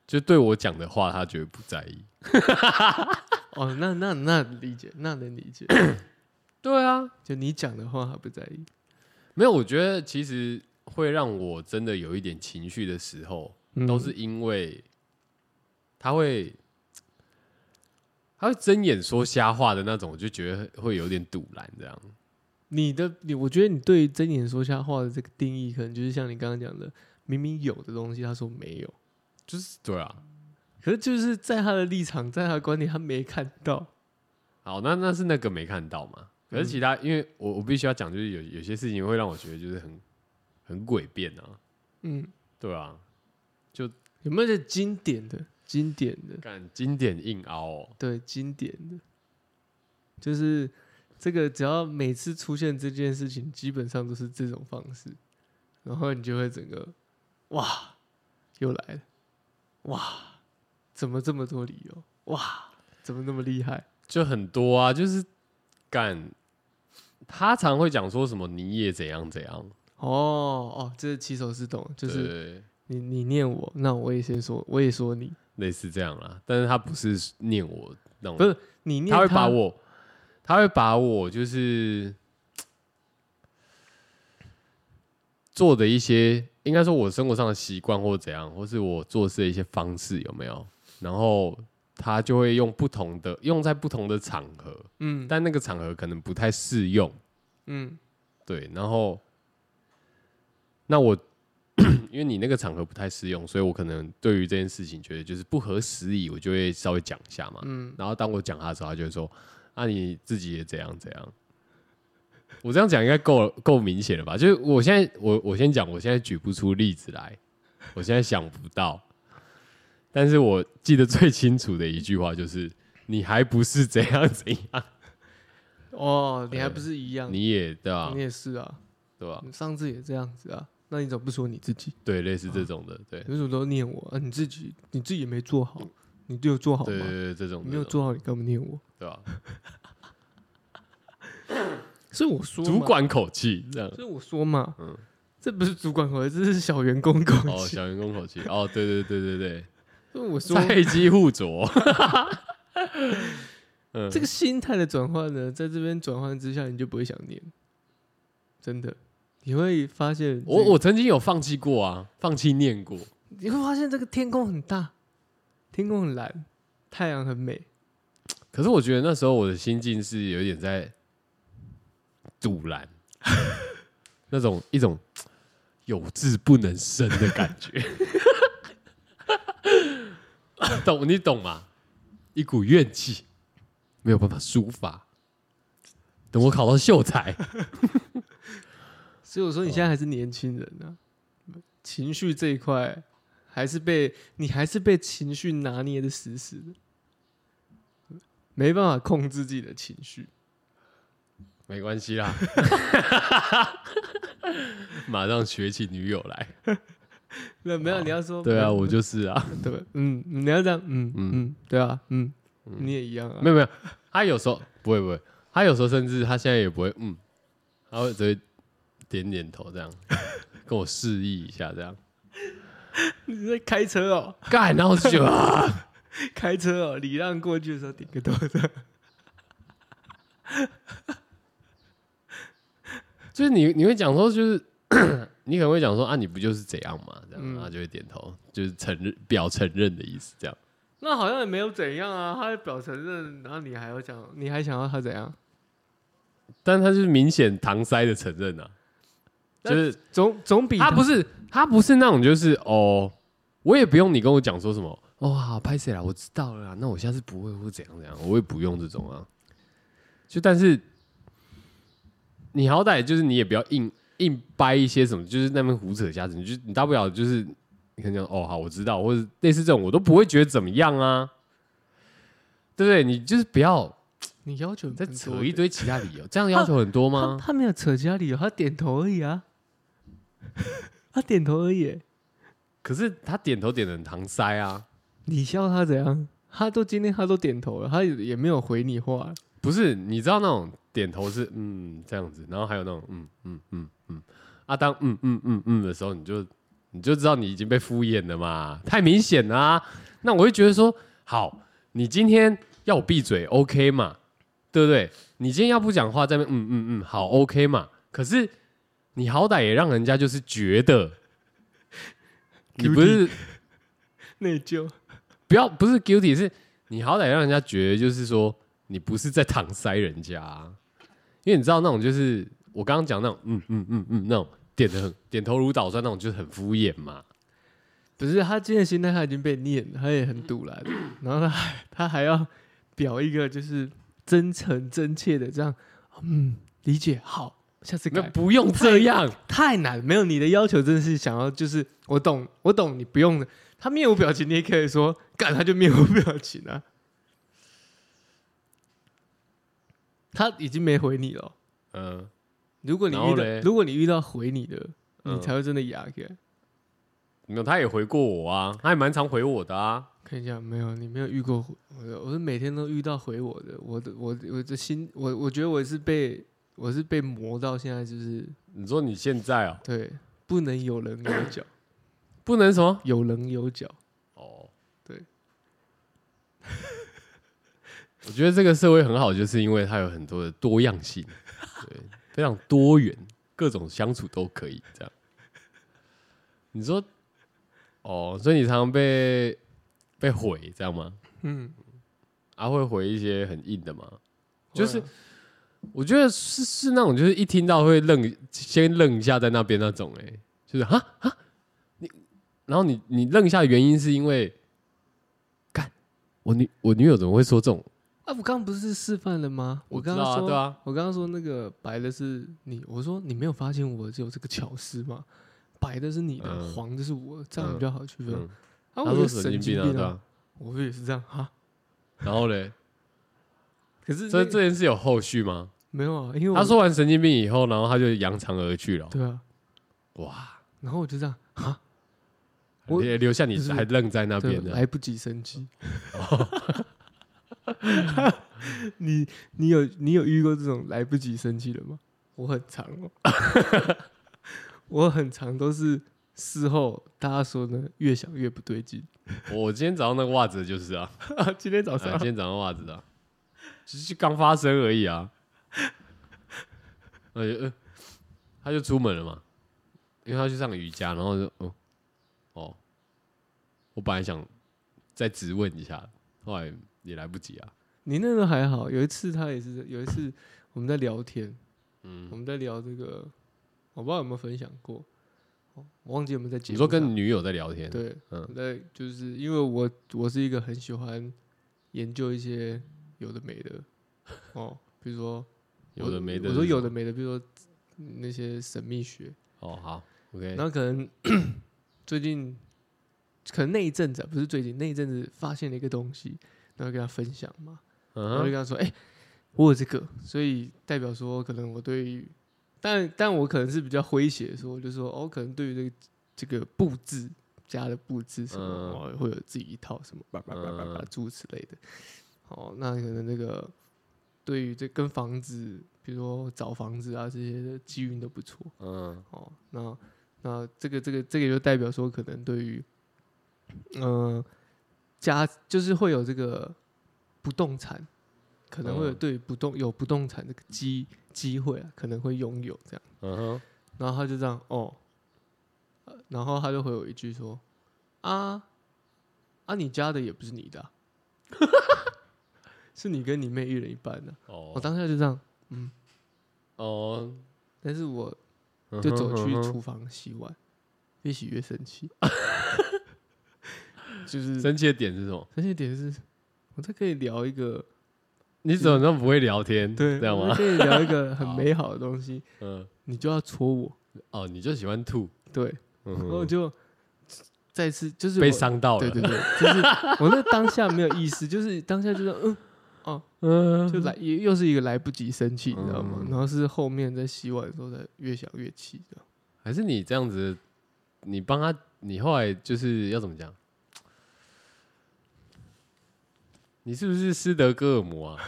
[SPEAKER 1] 就对我讲的话，他绝对不在意。
[SPEAKER 2] 哦，那那那理解，那能理解。
[SPEAKER 1] 对啊，
[SPEAKER 2] 就你讲的话，她不在意。
[SPEAKER 1] 没有，我觉得其实会让我真的有一点情绪的时候，
[SPEAKER 2] 嗯
[SPEAKER 1] 都是因为他会他会睁眼说瞎话的那种，我就觉得会有点堵然这样。
[SPEAKER 2] 你的你，我觉得你对睁眼说瞎话的这个定义，可能就是像你刚刚讲的，明明有的东西，他说没有，
[SPEAKER 1] 就是对啊，
[SPEAKER 2] 可是就是在他的立场，在他的观点，他没看到。
[SPEAKER 1] 好，那那是那个没看到嘛。可是其他，因为我我必须要讲，就是有有些事情会让我觉得就是很很诡辩啊，
[SPEAKER 2] 嗯，
[SPEAKER 1] 对啊，
[SPEAKER 2] 有没有这经典的、经典的、
[SPEAKER 1] 干经典硬凹、哦，
[SPEAKER 2] 对经典的，就是这个，只要每次出现这件事情，基本上都是这种方式，然后你就会整个哇，又来了，哇，怎么这么多理由？哇，怎么那么厉害？
[SPEAKER 1] 就很多啊，就是干他常会讲说什么你也怎样怎样，
[SPEAKER 2] 哦哦，这是起手是懂，就
[SPEAKER 1] 对
[SPEAKER 2] 是
[SPEAKER 1] 对对
[SPEAKER 2] 你你念我，那我也先说，我也说你，
[SPEAKER 1] 类似这样啦。但是他不是念我那种，
[SPEAKER 2] 不是你念
[SPEAKER 1] 他会把我，他会把我就是做的一些，应该说我生活上的习惯或怎样，或是我做事的一些方式有没有？然后他就会用不同的，用在不同的场合，
[SPEAKER 2] 嗯
[SPEAKER 1] 但那个场合可能不太适用。
[SPEAKER 2] 嗯
[SPEAKER 1] 对，然后那我 因为你那个场合不太适用，所以我可能对于这件事情觉得就是不合时宜，我就会稍微讲一下嘛。
[SPEAKER 2] 嗯，
[SPEAKER 1] 然后当我讲他的时候，他就会说：“啊，你自己也怎样怎样。”我这样讲应该够够明显了吧？就是我现在，我我先讲，我现在举不出例子来，我现在想不到。但是我记得最清楚的一句话就是：“你还不是怎样怎样，
[SPEAKER 2] 哦，你还
[SPEAKER 1] 对
[SPEAKER 2] 不是一样，
[SPEAKER 1] 你也对吧、
[SPEAKER 2] 你也是啊，
[SPEAKER 1] 对吧、
[SPEAKER 2] 你上次也这样子啊，那你怎么不说你自己？
[SPEAKER 1] 对，类似这种的，对。”
[SPEAKER 2] 你为什么都念我啊？你自己你自己也没做好，你就有做好
[SPEAKER 1] 对对
[SPEAKER 2] 吗？
[SPEAKER 1] 对，这种
[SPEAKER 2] 你没有
[SPEAKER 1] 这种
[SPEAKER 2] 做好，你干嘛念我？
[SPEAKER 1] 对吧？
[SPEAKER 2] 所以我说嘛
[SPEAKER 1] 主，管口气这样
[SPEAKER 2] 所以我说嘛，
[SPEAKER 1] 嗯
[SPEAKER 2] 这不是主管口气，这是小员工口
[SPEAKER 1] 哦，
[SPEAKER 2] 气。
[SPEAKER 1] 小员工口气哦，对对对对
[SPEAKER 2] 所以
[SPEAKER 1] 对，
[SPEAKER 2] 我 说
[SPEAKER 1] 菜鸡互 啄，嗯
[SPEAKER 2] 这个心态的转换呢，在这边转换之下，你就不会想念，真的，你会发现
[SPEAKER 1] 我
[SPEAKER 2] 这个
[SPEAKER 1] 我曾经有放弃过啊，放弃念过，
[SPEAKER 2] 你会发现这个天空很大，天空很蓝，太阳很美，
[SPEAKER 1] 可是我觉得那时候我的心境是有点在阻 拦，那种一种有志不能伸的感觉，懂你懂吗？一股怨气没有办法抒发。等我考到秀才，
[SPEAKER 2] 所以我说你
[SPEAKER 1] 哦
[SPEAKER 2] 现在还是年轻人啊，情绪这一块还是被你还是被情绪拿捏的死死的，没办法控制自己的情绪。
[SPEAKER 1] 没关系啦，马上学起女友来。
[SPEAKER 2] 那没有
[SPEAKER 1] 哦
[SPEAKER 2] 你要说
[SPEAKER 1] 对啊，我就是啊。
[SPEAKER 2] 对吧嗯，你要这样嗯
[SPEAKER 1] 嗯
[SPEAKER 2] 嗯对啊嗯，你也一样啊
[SPEAKER 1] 没。有没有，他有时候不会不会，他有时候甚至他现在也不会，嗯，他会只会点点头这样，跟我示意一下这样。
[SPEAKER 2] 你在开车哦，
[SPEAKER 1] 干，然后我就觉得啊，
[SPEAKER 2] 开车哦，礼让过去的时候点个头的。
[SPEAKER 1] 就是你你会讲说，就是 你可能会讲说啊，你不就是这样嘛，这样，
[SPEAKER 2] 嗯
[SPEAKER 1] 然后他就会点头，就是承认表承认的意思，这样。
[SPEAKER 2] 那好像也没有怎样啊，他表承认，然后你还要讲，你还想要他怎样？
[SPEAKER 1] 但他就是明显搪塞的承认啊，就是
[SPEAKER 2] 总总比
[SPEAKER 1] 他不是他不是那种就是哦，我也不用你跟我讲说什么哦，好拍谁啦，我知道了啦，那我下次不会或怎样怎样，我也不用这种啊。就但是你好歹就是你也不要硬硬掰一些什么，就是那边胡扯瞎扯，你就你大不了就是你可能讲哦好我知道，或者类似这种我都不会觉得怎么样啊，对不对？你就是不要
[SPEAKER 2] 你要求
[SPEAKER 1] 再
[SPEAKER 2] 很
[SPEAKER 1] 扯
[SPEAKER 2] 多
[SPEAKER 1] 一
[SPEAKER 2] 的
[SPEAKER 1] 堆其他理由，这样要求很多
[SPEAKER 2] 他
[SPEAKER 1] 吗？
[SPEAKER 2] 他没有扯其他理由，他点头而已啊， 他点头而已耶。
[SPEAKER 1] 可是他点头点的很搪塞啊，
[SPEAKER 2] 你笑他怎样？他都今天他都点头了，他也也没有回你话，
[SPEAKER 1] 不是？你知道那种点头是嗯这样子，然后还有那种嗯嗯嗯嗯，啊当嗯嗯嗯嗯的时候，你就你就知道你已经被敷衍了嘛，太明显啦、那我会觉得说，好，你今天要我闭嘴，OK 嘛，对不对？你今天要不讲话，在那边嗯嗯嗯，好 OK 嘛。可是你好歹也让人家就是觉得，你不是
[SPEAKER 2] 内疚。
[SPEAKER 1] 不要不是 guilty，是你好歹让人家觉得就是说你不是在搪塞人家啊、因为你知道那种就是我刚刚讲那种嗯嗯嗯嗯那种点的很点头如捣蒜那种就是很敷衍嘛。
[SPEAKER 2] 不是他今天的心态，他已经被念了，他也很堵 了，然后他还他还要表一个就是真诚真切的这样，嗯，理解好，下次
[SPEAKER 1] 那
[SPEAKER 2] 改。
[SPEAKER 1] 不用这样，
[SPEAKER 2] 太难，没有你的要求真的是想要就是我懂我懂，你不用他面无表情，你也可以说干他就面无表情啊。他已经没回你了哦。
[SPEAKER 1] 嗯、
[SPEAKER 2] 如果你
[SPEAKER 1] 然后
[SPEAKER 2] 遇到
[SPEAKER 1] 嘞
[SPEAKER 2] 如果你遇到回你的，你
[SPEAKER 1] 嗯
[SPEAKER 2] 才会真的哑起来。
[SPEAKER 1] 没有，他也回过我啊，他也蛮常回我的啊。
[SPEAKER 2] 看一下，没有，你没有遇过回我的，我是每天都遇到回我的，我的我我的心，我我觉得我是被我是被磨到现在，就是
[SPEAKER 1] 你说你现在哦，
[SPEAKER 2] 对，不能有棱有角，
[SPEAKER 1] 不能什么？
[SPEAKER 2] 有棱有角，
[SPEAKER 1] 哦，
[SPEAKER 2] 对。
[SPEAKER 1] 我觉得这个社会很好，就是因为它有很多的多样 性，对，非常多元，各种相处都可以这样。你说，哦，所以你常常被被毁这样吗？
[SPEAKER 2] 嗯，
[SPEAKER 1] 啊，会回一些很硬的吗？就是
[SPEAKER 2] 会啊
[SPEAKER 1] 我觉得是是那种，就是一听到会愣，先愣一下在那边那种、欸，哎，就是哈哈，你，然后你你愣一下的原因是因为，干，我女我女友怎么会说这种？
[SPEAKER 2] 啊，我刚刚不是示范了吗？我刚
[SPEAKER 1] 知道
[SPEAKER 2] 刚
[SPEAKER 1] 啊
[SPEAKER 2] 说，
[SPEAKER 1] 对啊，
[SPEAKER 2] 我刚刚说那个白的是你，我说你没有发现我只有这个巧思吗？白的是你的，
[SPEAKER 1] 嗯
[SPEAKER 2] 黄的是我，这
[SPEAKER 1] 嗯
[SPEAKER 2] 样比较好区分。
[SPEAKER 1] 嗯，
[SPEAKER 2] 啊，
[SPEAKER 1] 她
[SPEAKER 2] 我
[SPEAKER 1] 说
[SPEAKER 2] 就
[SPEAKER 1] 神经
[SPEAKER 2] 神经
[SPEAKER 1] 病啊，对
[SPEAKER 2] 啊，
[SPEAKER 1] 啊。
[SPEAKER 2] 我也是这样哈。
[SPEAKER 1] 然后嘞，
[SPEAKER 2] 可是
[SPEAKER 1] 这
[SPEAKER 2] 那
[SPEAKER 1] 这件事有后续吗？
[SPEAKER 2] 没有啊，因为我
[SPEAKER 1] 他说完神经病以后，然后他就扬长而去了。
[SPEAKER 2] 对啊，
[SPEAKER 1] 哇，
[SPEAKER 2] 然后我就这样哈，我
[SPEAKER 1] 留留下你
[SPEAKER 2] 不是
[SPEAKER 1] 还愣在那
[SPEAKER 2] 对哎
[SPEAKER 1] 边，啊的，
[SPEAKER 2] 来不及生气。你你有你有遇过这种来不及生气的吗？我很常哦， 我很常都是事后大家说呢，越想越不对劲。
[SPEAKER 1] 我今天早上那个袜子就是啊，
[SPEAKER 2] 啊今天早
[SPEAKER 1] 啊
[SPEAKER 2] 上、
[SPEAKER 1] 今天早上袜子啊，只是刚发生而已啊。 呃，呃他就出门了嘛，因为他去上瑜伽，然后就哦哦，我本来想再质问一下，后来也来不及啊。
[SPEAKER 2] 你那个还好，有一次他也是有一次我们在聊天，
[SPEAKER 1] 嗯
[SPEAKER 2] 我，们在聊这个，我不知道有没有分享过，哦我忘记有没有在节
[SPEAKER 1] 你
[SPEAKER 2] 目
[SPEAKER 1] 说
[SPEAKER 2] 上
[SPEAKER 1] 跟女友在聊天，
[SPEAKER 2] 对，
[SPEAKER 1] 嗯
[SPEAKER 2] 我在就是因为我我是一个很喜欢研究一些有的没的哦，比如说
[SPEAKER 1] 有的没的，
[SPEAKER 2] 我说有的没的，比如说那些神秘学，
[SPEAKER 1] 哦，好，OK，
[SPEAKER 2] 然后可能 最近可能那一阵子、啊、不是最近那一阵子发现了一个东西，然后跟他分享嘛，然后就
[SPEAKER 1] 嗯
[SPEAKER 2] 跟他说，哎、我有这个，所以代表说可能我对于，但但我可能是比较诙谐说，我就说哦，可能对于这个这个布置家的布置什么，
[SPEAKER 1] 嗯
[SPEAKER 2] 哦、会有自己一套什么叭叭叭叭叭
[SPEAKER 1] 嗯
[SPEAKER 2] 诸如此类的。哦，那可能这个对于这跟房子，比如说找房子啊这些的机运都不错
[SPEAKER 1] 嗯
[SPEAKER 2] 哦。那那这个这个这个就代表说，可能对于嗯、呃家就是会有这个不动产，可能会有
[SPEAKER 1] 嗯
[SPEAKER 2] 对于不动有不动产这个机机会啊，可能会拥有这样。
[SPEAKER 1] 嗯哼，
[SPEAKER 2] 然后他就这样哦，呃然后他就回我一句说：“啊啊，你家的也不是你的啊、 是你跟你妹一人一半的、我
[SPEAKER 1] 哦
[SPEAKER 2] 当下就这样，
[SPEAKER 1] 哦，
[SPEAKER 2] 但是我
[SPEAKER 1] 嗯哼
[SPEAKER 2] 就走去
[SPEAKER 1] 嗯哼
[SPEAKER 2] 厨房洗碗，越洗越生 气，就是
[SPEAKER 1] 生气的点是什么？
[SPEAKER 2] 生气点是，我这可以聊一个，
[SPEAKER 1] 你怎么那么不会聊天？
[SPEAKER 2] 对，
[SPEAKER 1] 这样
[SPEAKER 2] 我这
[SPEAKER 1] 吗？
[SPEAKER 2] 可以聊 一个很
[SPEAKER 1] 好
[SPEAKER 2] 美好的东西，
[SPEAKER 1] 嗯，
[SPEAKER 2] 你就要戳我，
[SPEAKER 1] 哦，你就喜欢吐，
[SPEAKER 2] 对，
[SPEAKER 1] 嗯
[SPEAKER 2] 然
[SPEAKER 1] 哼
[SPEAKER 2] 后就再次就是
[SPEAKER 1] 被
[SPEAKER 2] 我
[SPEAKER 1] 伤到了，
[SPEAKER 2] 对对对，就是我那当下没有意识，就是当下就是嗯，哦，
[SPEAKER 1] 嗯，
[SPEAKER 2] 就来也又是一个来不及生气，你知道吗？
[SPEAKER 1] 嗯
[SPEAKER 2] 然后是后面在洗碗的时候才越想越气 的。
[SPEAKER 1] 还是你这样子，你帮他，你后来就是要怎么讲？你是不是斯德哥尔摩啊？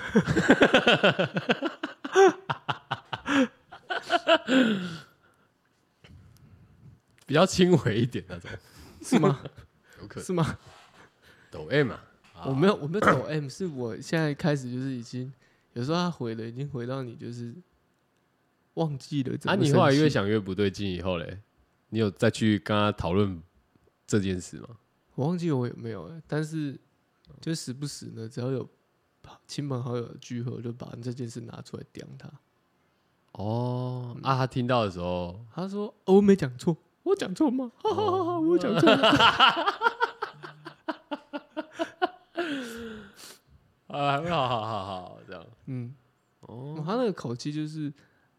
[SPEAKER 1] 比较轻微一点那种，
[SPEAKER 2] 是吗？
[SPEAKER 1] 有可能
[SPEAKER 2] 是吗？
[SPEAKER 1] 抖 M 啊？啊
[SPEAKER 2] 我没有，我没有抖 M，是我现在开始就是已经有时候他回了，已经回到你就是忘记了怎
[SPEAKER 1] 啊！
[SPEAKER 2] 么生
[SPEAKER 1] 你
[SPEAKER 2] 气。
[SPEAKER 1] 后来越想越不对劲，以后嘞，你有再去跟他讨论这件事吗？
[SPEAKER 2] 我忘记我有没有了，但是就时不时呢，只要有亲朋好友的聚会，我就把这件事拿出来刁他。
[SPEAKER 1] 哦，啊，他听到的时候，
[SPEAKER 2] 他说：“哦，我没讲错，我讲错吗？哈哈哈
[SPEAKER 1] 哦
[SPEAKER 2] 哈，我讲错了。
[SPEAKER 1] 啊，好好好好，这样。”
[SPEAKER 2] 嗯，
[SPEAKER 1] 哦，
[SPEAKER 2] 他那个口气就是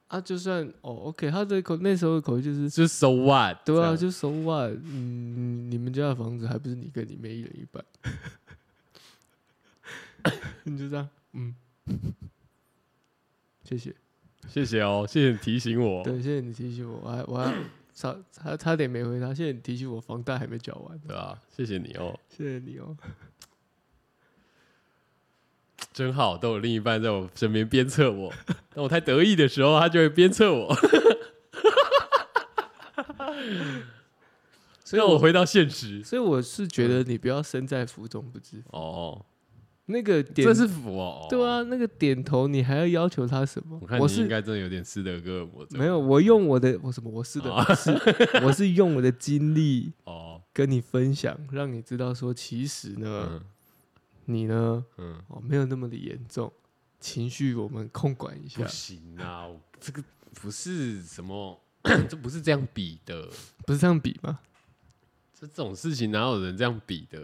[SPEAKER 2] 啊，就算哦，OK，他的口那时候的口气就是。
[SPEAKER 1] 就是 so what？
[SPEAKER 2] 对啊，
[SPEAKER 1] 这样
[SPEAKER 2] 就 so what？嗯，你们家的房子还不是你跟你妹一人一半？ 你就这样，嗯，谢谢。
[SPEAKER 1] 谢谢哦，谢谢你提醒我。
[SPEAKER 2] 对，谢谢你提醒我，我还我还差差差点没回答，谢谢你提醒我房贷还没缴完，
[SPEAKER 1] 对啊，谢谢你哦，
[SPEAKER 2] 谢谢你哦。
[SPEAKER 1] 真好，都有另一半在我身边鞭策我。 当我太得意的时候，他就会鞭策我，
[SPEAKER 2] 所以
[SPEAKER 1] 让我
[SPEAKER 2] 我
[SPEAKER 1] 回到现实。
[SPEAKER 2] 所以我是觉得你不要身在福中不知福，
[SPEAKER 1] 哦，
[SPEAKER 2] 那个点
[SPEAKER 1] 这是福哦。
[SPEAKER 2] 对，啊，那个点头你还要要求他什么
[SPEAKER 1] 我？看
[SPEAKER 2] 我
[SPEAKER 1] 你应
[SPEAKER 2] 是
[SPEAKER 1] 该真的有点斯德哥尔摩症。
[SPEAKER 2] 没有，我用我的我什么我是的，不是我是用我的经历
[SPEAKER 1] 哦，
[SPEAKER 2] 跟你分享，让你知道说其实呢
[SPEAKER 1] 嗯
[SPEAKER 2] 你呢
[SPEAKER 1] 嗯，
[SPEAKER 2] 哦没有那么的严重，情绪我们控管一下
[SPEAKER 1] 不，行啊，我这个不是什么， 这不是这样比的。
[SPEAKER 2] 不是这样比吗？
[SPEAKER 1] 这种事情哪有人这样比的？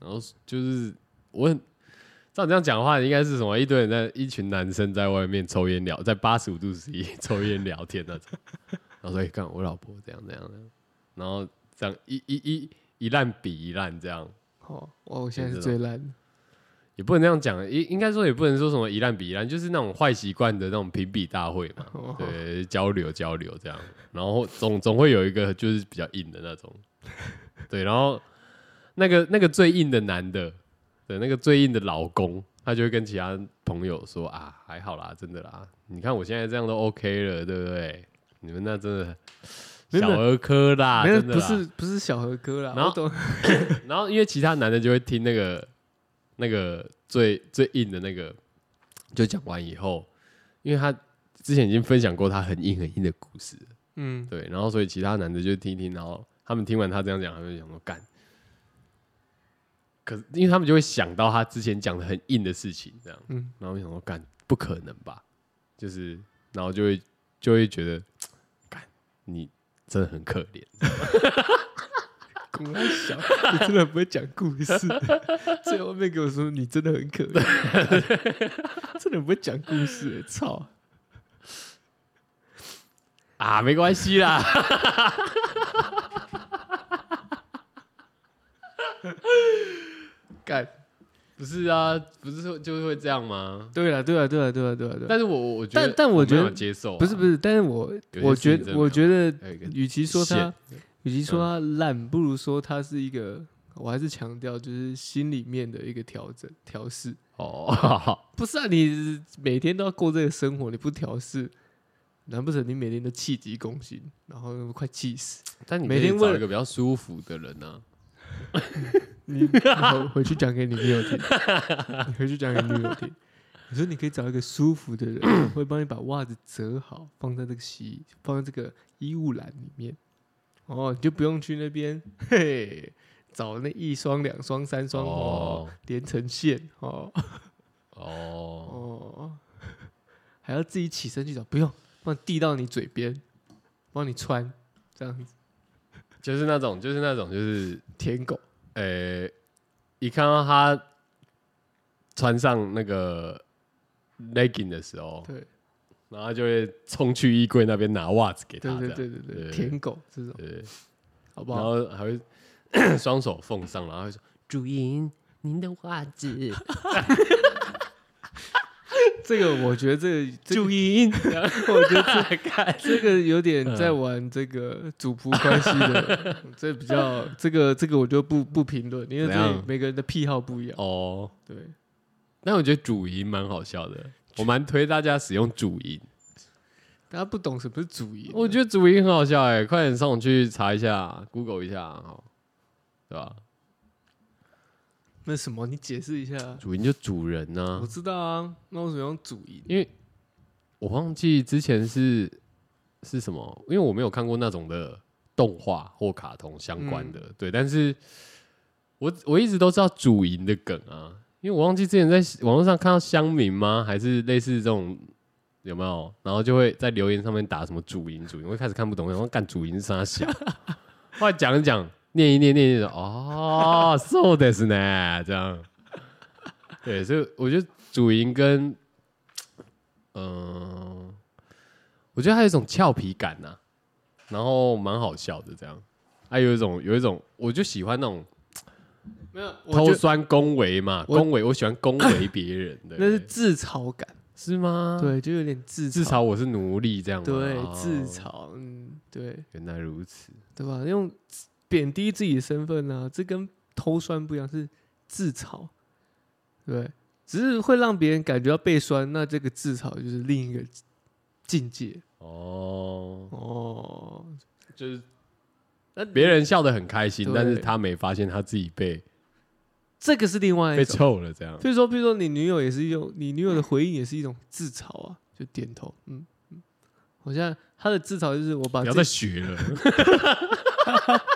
[SPEAKER 1] 然后就是我很，照你这样讲的话，应该是什么一堆人在一群男生在外面抽烟聊，在八十五度 C 抽烟聊天那种。然后说：“哎、看我老婆这样这样这样。”然后这样一一一一烂比一烂，这样
[SPEAKER 2] 哦，我现在是
[SPEAKER 1] 这种
[SPEAKER 2] 最烂的。
[SPEAKER 1] 也不能这样讲，应应该说也不能说什么一烂比一烂，就是那种坏习惯的那种评比大会嘛。
[SPEAKER 2] 哦
[SPEAKER 1] 对，交流交流这样，然后总总会有一个就是比较硬的那种，对，然后那个那个最硬的男的，对，那个最硬的老公，他就会跟其他朋友说啊，还好啦，真的啦，你看我现在这样都 OK 了，对不对？你们那真的
[SPEAKER 2] 没有
[SPEAKER 1] 小儿科啦，
[SPEAKER 2] 没有，
[SPEAKER 1] 啊真的
[SPEAKER 2] 不
[SPEAKER 1] 啦
[SPEAKER 2] 是不是小何哥啦，
[SPEAKER 1] 然
[SPEAKER 2] 我
[SPEAKER 1] 后
[SPEAKER 2] 懂。
[SPEAKER 1] 然后因为其他男的就会听那个那个最最硬的那个，就讲完以后，因为他之前已经分享过他很硬很硬的故事了，
[SPEAKER 2] 嗯，
[SPEAKER 1] 对，然后所以其他男的就听一听，然后他们听完他这样讲，他们就想说干。可是因为他们就会想到他之前讲的很硬的事情，这样，
[SPEAKER 2] 嗯
[SPEAKER 1] 然后我想说干不可能吧，就是然后就会就会觉得干你真的很可怜。
[SPEAKER 2] 公安小， 你真的不会讲故事， 最后面给我说你真的很可怜， 真的不会讲故事、欸，操！
[SPEAKER 1] 啊，没关系啦。
[SPEAKER 2] 干，
[SPEAKER 1] 不是啊，不是会就是会这样吗？
[SPEAKER 2] 对了，对了，对了，对了，对了，对啦。
[SPEAKER 1] 但是我我我觉得，
[SPEAKER 2] 但但我觉得
[SPEAKER 1] 没有接受啊、哎
[SPEAKER 2] 不是不是，但是我
[SPEAKER 1] 有些
[SPEAKER 2] 我
[SPEAKER 1] 事情
[SPEAKER 2] 觉
[SPEAKER 1] 真的
[SPEAKER 2] 得
[SPEAKER 1] 没
[SPEAKER 2] 我
[SPEAKER 1] 有
[SPEAKER 2] 觉得，
[SPEAKER 1] 还有一个
[SPEAKER 2] 与其说他
[SPEAKER 1] 线，
[SPEAKER 2] 与其说他烂，不如说他是一个，我还是强调就是心里面的一个调整调试。
[SPEAKER 1] 哦，
[SPEAKER 2] 不是啊，你每天都要过这个生活，你不调试，难不成你每天都气急攻心，然后快气死？
[SPEAKER 1] 但你
[SPEAKER 2] 每天
[SPEAKER 1] 可以找
[SPEAKER 2] 为了
[SPEAKER 1] 一个比较舒服的人啊呢、
[SPEAKER 2] 你回嗯回去讲给你女友听，你回去讲给女友听。我说你可以找一个舒服的人，会帮你把袜子折好，放在这个洗，放在这个衣物篮里面。哦，你就不用去那边，嘿，找那一双、两双、三双哦，
[SPEAKER 1] 哦
[SPEAKER 2] 连成线哦。
[SPEAKER 1] 哦，
[SPEAKER 2] 哦，还要自己起身去找，不用，帮你递到你嘴边，帮你穿，这样子。
[SPEAKER 1] 就是那种就是那种就是
[SPEAKER 2] 舔狗，
[SPEAKER 1] 呃、一看到他穿上那个 legging 的时候，
[SPEAKER 2] 对
[SPEAKER 1] 然后他就会冲去衣柜那边拿袜子给他
[SPEAKER 2] 对
[SPEAKER 1] 这
[SPEAKER 2] 对
[SPEAKER 1] 样，
[SPEAKER 2] 对对对，
[SPEAKER 1] 对
[SPEAKER 2] 舔狗这种，
[SPEAKER 1] 对
[SPEAKER 2] 好不
[SPEAKER 1] 然
[SPEAKER 2] 好？
[SPEAKER 1] 后还会 双手奉上，然后会说：“主银，您的袜子。”
[SPEAKER 2] 这个我觉得这个这个
[SPEAKER 1] 注意音，
[SPEAKER 2] 我觉得
[SPEAKER 1] 看
[SPEAKER 2] 这个有
[SPEAKER 1] 嗯
[SPEAKER 2] 点在玩这个主仆关系的， 这比较这个这个我就不不评论，因为
[SPEAKER 1] 怎
[SPEAKER 2] 这
[SPEAKER 1] 样
[SPEAKER 2] 每个人的癖好不一样。
[SPEAKER 1] 哦。
[SPEAKER 2] 对，
[SPEAKER 1] 但我觉得主音蛮好笑的，我蛮推大家使用主音。
[SPEAKER 2] 大家不懂什么是主义，
[SPEAKER 1] 我觉得主音很好笑哎、快点上网去查一下，Google 一下，好，对吧？
[SPEAKER 2] 那什么，你解释一下。
[SPEAKER 1] 主音就主人呐、
[SPEAKER 2] 我知道啊，那为什么用主音？
[SPEAKER 1] 因为我忘记之前是是什么，因为我没有看过那种的动画或卡通相关的，对，但是我我一直都知道主营的梗啊，因为我忘记之前在网络上看到乡民吗，还是类似这种。有没有？然后就会在留言上面打什么主营主营，我一开始看不懂，然后干主营是啥小，后来讲一讲，念一念念一念，哦，so this 呢，这样，对，所以我觉得主营跟嗯，我觉得还有一种俏皮感呐、然后蛮好笑的这样，还、有一种有一种，我就喜欢那种
[SPEAKER 2] 没有，我
[SPEAKER 1] 偷
[SPEAKER 2] 觉得
[SPEAKER 1] 酸恭维嘛，
[SPEAKER 2] 我
[SPEAKER 1] 恭维我喜欢恭维别 人的，
[SPEAKER 2] 那是自嘲感，
[SPEAKER 1] 是吗？，
[SPEAKER 2] 对，就有点自
[SPEAKER 1] 至，少我是奴隶这样吗，
[SPEAKER 2] 对，
[SPEAKER 1] 哦
[SPEAKER 2] 自嘲，嗯，对，
[SPEAKER 1] 原来如此，
[SPEAKER 2] 对吧？用贬低自己的身份啊，这跟偷酸不一样，是自嘲，对，只是会让别人感觉到被酸，那这个自嘲就是另一个境界
[SPEAKER 1] 哦，
[SPEAKER 2] 哦。
[SPEAKER 1] 就是
[SPEAKER 2] 那
[SPEAKER 1] 别人笑得很开心，
[SPEAKER 2] 对
[SPEAKER 1] 但是他没发现他自己被
[SPEAKER 2] 这个是另外
[SPEAKER 1] 被
[SPEAKER 2] 一种，
[SPEAKER 1] 臭了 这样，
[SPEAKER 2] 比如说，比如说你女友也是一种，你女友的回应也是一种自嘲啊，就点头，嗯嗯。我现在她的自嘲就是我把
[SPEAKER 1] 不要
[SPEAKER 2] 自
[SPEAKER 1] 再
[SPEAKER 2] 己
[SPEAKER 1] 学了，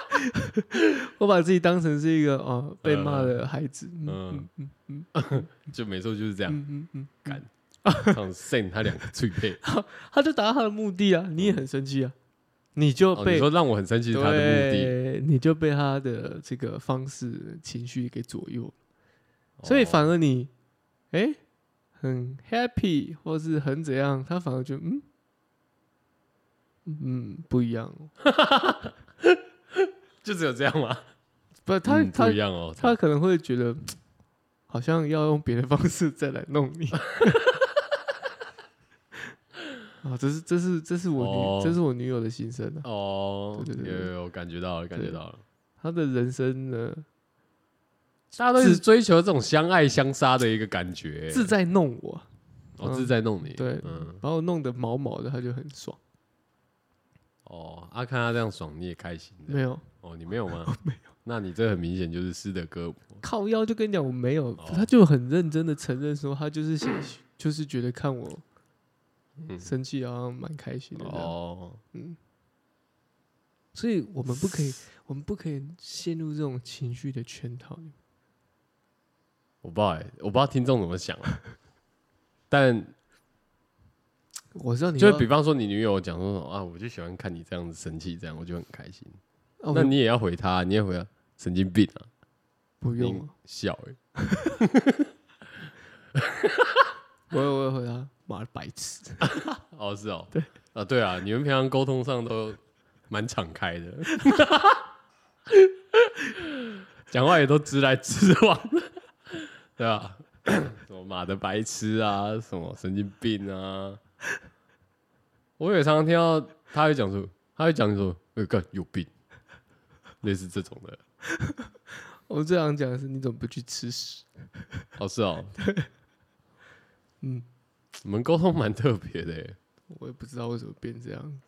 [SPEAKER 2] 我把自己当成是一个哦被骂
[SPEAKER 1] 嗯
[SPEAKER 2] 的孩子，嗯
[SPEAKER 1] 嗯
[SPEAKER 2] 嗯嗯
[SPEAKER 1] 就没错就是这样，
[SPEAKER 2] 嗯嗯嗯，
[SPEAKER 1] 干 上扇他两个脆配。
[SPEAKER 2] 他就达到他的目的啊，你也很生气啊，你就
[SPEAKER 1] 哦、你
[SPEAKER 2] 被、
[SPEAKER 1] 说让我很生气是他的目的，
[SPEAKER 2] 对，你就被他的这个方式情绪给左右，
[SPEAKER 1] 哦
[SPEAKER 2] 所以反而你哎、诶很 happy 或是很怎样，他反而就嗯嗯不一样哦，
[SPEAKER 1] 就只有这样吗？
[SPEAKER 2] 不 他、
[SPEAKER 1] 嗯
[SPEAKER 2] 他
[SPEAKER 1] 不一样哦，
[SPEAKER 2] 他可能会觉得好像要用别的方式再来弄 你。啊，这是这是这是我女、
[SPEAKER 1] 哦
[SPEAKER 2] 这是我女友的心声啊！
[SPEAKER 1] 哦，
[SPEAKER 2] 对对对
[SPEAKER 1] 有
[SPEAKER 2] 对
[SPEAKER 1] 有有感觉到了，感觉到了，
[SPEAKER 2] 她的人生呢，
[SPEAKER 1] 大家都是追求这种相爱相杀的一个感觉，
[SPEAKER 2] 自在弄我，
[SPEAKER 1] 哦
[SPEAKER 2] 嗯
[SPEAKER 1] 自在弄你，
[SPEAKER 2] 对
[SPEAKER 1] 嗯，
[SPEAKER 2] 把我弄得毛毛的，她就很爽。
[SPEAKER 1] 哦，啊，看他这样爽你也开心这样，
[SPEAKER 2] 没有
[SPEAKER 1] 哦，你没有 吗？没有，那你这很明显就是斯德哥尔摩，
[SPEAKER 2] 靠腰就跟你讲我没有，
[SPEAKER 1] 哦
[SPEAKER 2] 她就很认真的承认说，她就是想就是觉得看我
[SPEAKER 1] 嗯，
[SPEAKER 2] 生气好像蛮开心的这样。
[SPEAKER 1] 哦，
[SPEAKER 2] 所以我们不可以，我们不可以陷入这种情绪的圈套里面。
[SPEAKER 1] 我不知道欸，我不知道听众怎么想 啊，但
[SPEAKER 2] 我知道你
[SPEAKER 1] 就
[SPEAKER 2] 要
[SPEAKER 1] 比方说你女友讲说啊，我就喜欢看你这样子生气，这样我就很开心，
[SPEAKER 2] 啊、
[SPEAKER 1] 那
[SPEAKER 2] 我
[SPEAKER 1] 你也要回他，你也回他，神经病啊。
[SPEAKER 2] 不用、啊
[SPEAKER 1] 你。笑哎、
[SPEAKER 2] 我也我也回答，妈的白痴，
[SPEAKER 1] 哦是哦，对啊对啊，你们平常沟通上都蛮敞开的，讲话也都直来直往，对啊，什么马的白痴啊，什么神经病啊，我也常常听到他会讲说，他会讲说，哎、干有病，类似这种的，
[SPEAKER 2] 我最想讲的是你怎么不去吃屎？
[SPEAKER 1] 哦是哦，
[SPEAKER 2] 嗯，
[SPEAKER 1] 你们沟通蛮特别的欸，
[SPEAKER 2] 我也不知道为什么变这样，